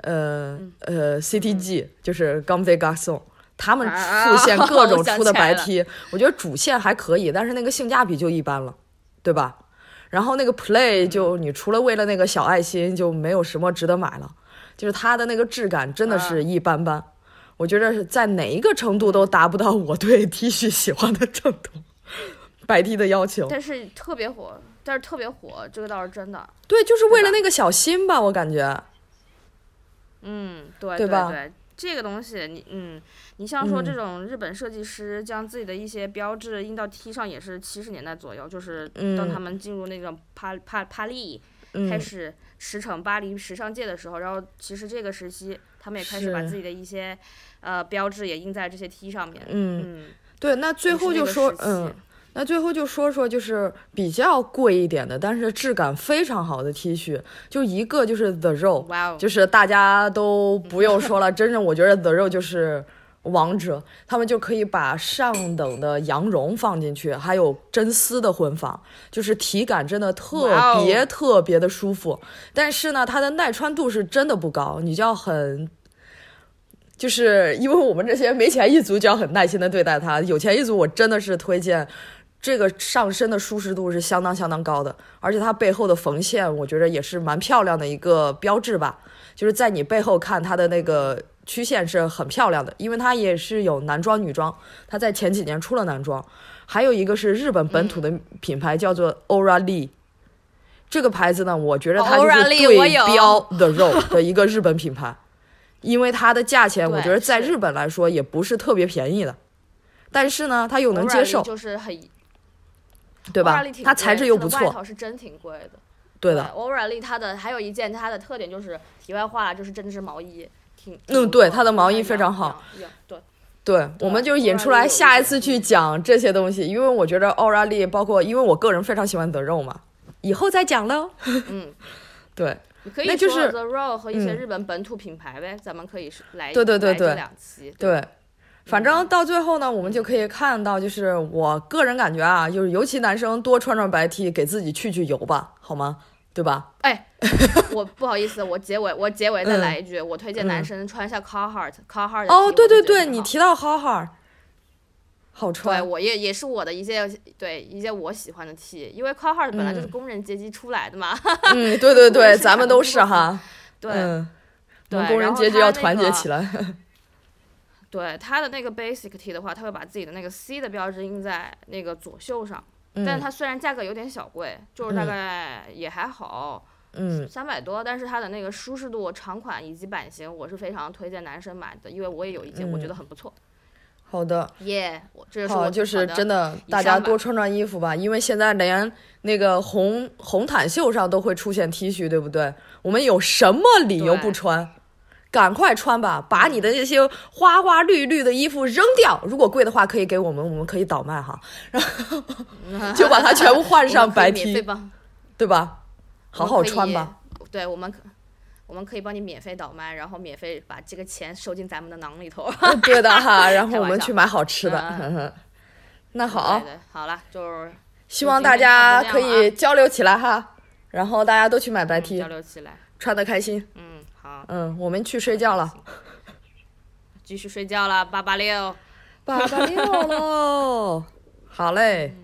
Speaker 2: 呃、
Speaker 1: 嗯
Speaker 2: 呃，CTG，、就是 g o m d e Garçon，他们
Speaker 1: 啊
Speaker 2: 副线各种
Speaker 1: 我想
Speaker 2: 出的
Speaker 1: 起来
Speaker 2: 白
Speaker 1: 了
Speaker 2: T，我觉得主线还可以，但是那个性价比就一般了，对吧？然后那个
Speaker 1: 嗯
Speaker 2: Play 就你除了为了那个小爱心，就没有什么值得买了，就是它的那个质感真的
Speaker 1: 啊
Speaker 2: 是一般般，我觉得是在哪一个程度都达不到我对 T 恤喜欢的程度，白 T 的要求。
Speaker 1: 但是特别火，但是特别火，这个倒是真的，
Speaker 2: 对，就是
Speaker 1: 对
Speaker 2: 为了
Speaker 1: 吧
Speaker 2: 那个小心吧，我感觉。
Speaker 1: 嗯，对
Speaker 2: 对吧
Speaker 1: 对这个东西，你嗯，你像说这
Speaker 2: 嗯
Speaker 1: 种日本设计师将自己的一些标志印到 T 上，也是七十年代左右，就是当
Speaker 2: 嗯
Speaker 1: 他们进入那种帕帕帕利
Speaker 2: 嗯
Speaker 1: 开始驰骋巴黎时尚界的时候，然后其实这个时期他们也开始把
Speaker 2: 是
Speaker 1: 自己的一些呃标志也印在这些 T 上面，
Speaker 2: 嗯，
Speaker 1: 嗯，
Speaker 2: 对，那最
Speaker 1: 也是
Speaker 2: 后
Speaker 1: 那
Speaker 2: 就
Speaker 1: 个
Speaker 2: 说
Speaker 1: 时，期
Speaker 2: 嗯，那最后就说说就是比较贵一点的，但是质感非常好的 T 恤，就一个就是 The Row，
Speaker 1: 哇哦，
Speaker 2: 就是大家都不用说了，真正我觉得 The Row 就是王者，他们就可以把上等的羊绒放进去，还有真丝的混纺，就是体感真的
Speaker 1: 哇
Speaker 2: 特
Speaker 1: 哦
Speaker 2: 别特别的舒服。但是呢，它的耐穿度是真的不高，你就要很。就是因为我们这些没钱一族就要很耐心的对待它，有钱一族我真的是推荐，这个上身的舒适度是相当相当高的，而且它背后的缝线我觉得也是蛮漂亮的一个标志吧，就是在你背后看它的那个曲线是很漂亮的，因为它也是有男装女装，它在前几年出了男装，还有一个是日本本土
Speaker 1: 嗯
Speaker 2: 的品牌叫做 Ora Lee。这个牌子呢，我觉得它就是
Speaker 1: Aura Lee，我
Speaker 2: 对
Speaker 1: 有
Speaker 2: 标 The Row 的一个日本品牌，因为它的价钱，我
Speaker 1: 对
Speaker 2: 觉得在
Speaker 1: 是
Speaker 2: 日本来说也不是特别便宜的，但是呢，它又能
Speaker 1: Oura
Speaker 2: 接
Speaker 1: Lee
Speaker 2: 受，
Speaker 1: 就是很
Speaker 2: 对吧
Speaker 1: Oura Lee？挺
Speaker 2: 它材
Speaker 1: 贵
Speaker 2: 质又
Speaker 1: 它的
Speaker 2: 不
Speaker 1: 外
Speaker 2: 错，
Speaker 1: 套是真挺贵的。
Speaker 2: 对的。
Speaker 1: 欧软丽它的还有一件它的特点就是题外话就是针织毛衣，挺挺
Speaker 2: 嗯
Speaker 1: 不
Speaker 2: 对
Speaker 1: 错的
Speaker 2: 它的毛衣非常。
Speaker 1: 羊
Speaker 2: 好
Speaker 1: 羊羊 对，
Speaker 2: 对，我们就引出来下一次去讲这些东西，因为我觉得奥拉利，包括因为我个人非常喜欢德肉嘛，以后再讲喽。
Speaker 1: 嗯，
Speaker 2: 对，
Speaker 1: 你可以
Speaker 2: 那就
Speaker 1: 说
Speaker 2: 是
Speaker 1: The Row 和一些
Speaker 2: 嗯
Speaker 1: 日本本土品牌呗，咱们可以是来
Speaker 2: 对对对
Speaker 1: 来这
Speaker 2: 对
Speaker 1: 两期。
Speaker 2: 对，反正到最后呢，我们就可以看到，就是我个人感觉啊，就是尤其男生多穿穿白 T，给自己去去油吧，好吗？对吧？
Speaker 1: 哎， 我不好意思，我结尾我结尾再
Speaker 2: 嗯
Speaker 1: 来一句，我推荐男生穿一下 Carhartt，Carhartt 的
Speaker 2: 哦，
Speaker 1: 皮
Speaker 2: 对
Speaker 1: 我
Speaker 2: 对
Speaker 1: 就觉得
Speaker 2: 对，
Speaker 1: 很
Speaker 2: 你
Speaker 1: 好
Speaker 2: 提到哈哈，好
Speaker 1: 对，
Speaker 2: 穿，
Speaker 1: 我也也是我的一些对一些我喜欢的 T，因为 Carhartt 本来就是
Speaker 2: 嗯
Speaker 1: 工人阶级出来的嘛。
Speaker 2: 嗯，对对
Speaker 1: 我也
Speaker 2: 对，
Speaker 1: 是
Speaker 2: 咱们
Speaker 1: 想
Speaker 2: 都
Speaker 1: 过
Speaker 2: 是哈，
Speaker 1: 对，
Speaker 2: 嗯，我们
Speaker 1: 对
Speaker 2: 工
Speaker 1: 然
Speaker 2: 人
Speaker 1: 后
Speaker 2: 阶级
Speaker 1: 它
Speaker 2: 要
Speaker 1: 那
Speaker 2: 团结
Speaker 1: 个
Speaker 2: 起来，
Speaker 1: 对它的那个 basic T 的话，它会把自己的那个 C 的标志印在那个左袖上，但是
Speaker 2: 嗯
Speaker 1: 它虽然价格有点小贵，就是大概也还好，
Speaker 2: 嗯，
Speaker 1: 三百多，但是它的那个舒适度、长款以及版型，我是非常推荐男生买的，因为我也有一件，我觉
Speaker 2: 嗯
Speaker 1: 得很不错。
Speaker 2: 好的。
Speaker 1: 耶、我这就是
Speaker 2: 好，
Speaker 1: 我
Speaker 2: 哦就是真
Speaker 1: 的
Speaker 2: 的，
Speaker 1: 以
Speaker 2: 大
Speaker 1: 上
Speaker 2: 家
Speaker 1: 吧
Speaker 2: 多穿穿衣服吧，因为现在连那个红红毯袖上都会出现 T 恤，对不对？我们有什么理由不
Speaker 1: 对
Speaker 2: 穿？赶快穿吧，把你的这些花花绿绿的衣服扔掉。如果贵的话，可以给我们，我们可以倒卖哈，然后 就把它全部换上白
Speaker 1: 我们可以免费
Speaker 2: T，
Speaker 1: 帮，
Speaker 2: 对吧？
Speaker 1: 我
Speaker 2: 好
Speaker 1: 们
Speaker 2: 好
Speaker 1: 可以
Speaker 2: 穿 吧。。
Speaker 1: 对，我们可我们可以帮你免费倒卖，然后免费把这个钱收进咱们的囊里头。
Speaker 2: 对的哈，然 后
Speaker 1: 开
Speaker 2: 我
Speaker 1: 玩
Speaker 2: 们
Speaker 1: 笑
Speaker 2: 去买好吃的
Speaker 1: 嗯。
Speaker 2: 那好
Speaker 1: 对，对，好了，就是
Speaker 2: 希望大家可
Speaker 1: 啊
Speaker 2: 以交流起来哈，然后大家都去买白 T，
Speaker 1: 交流起来。
Speaker 2: 穿的开心。
Speaker 1: 嗯，好，
Speaker 2: 嗯，我们去睡觉了，
Speaker 1: 继续睡觉了，八八六。
Speaker 2: 八八六喽。好嘞，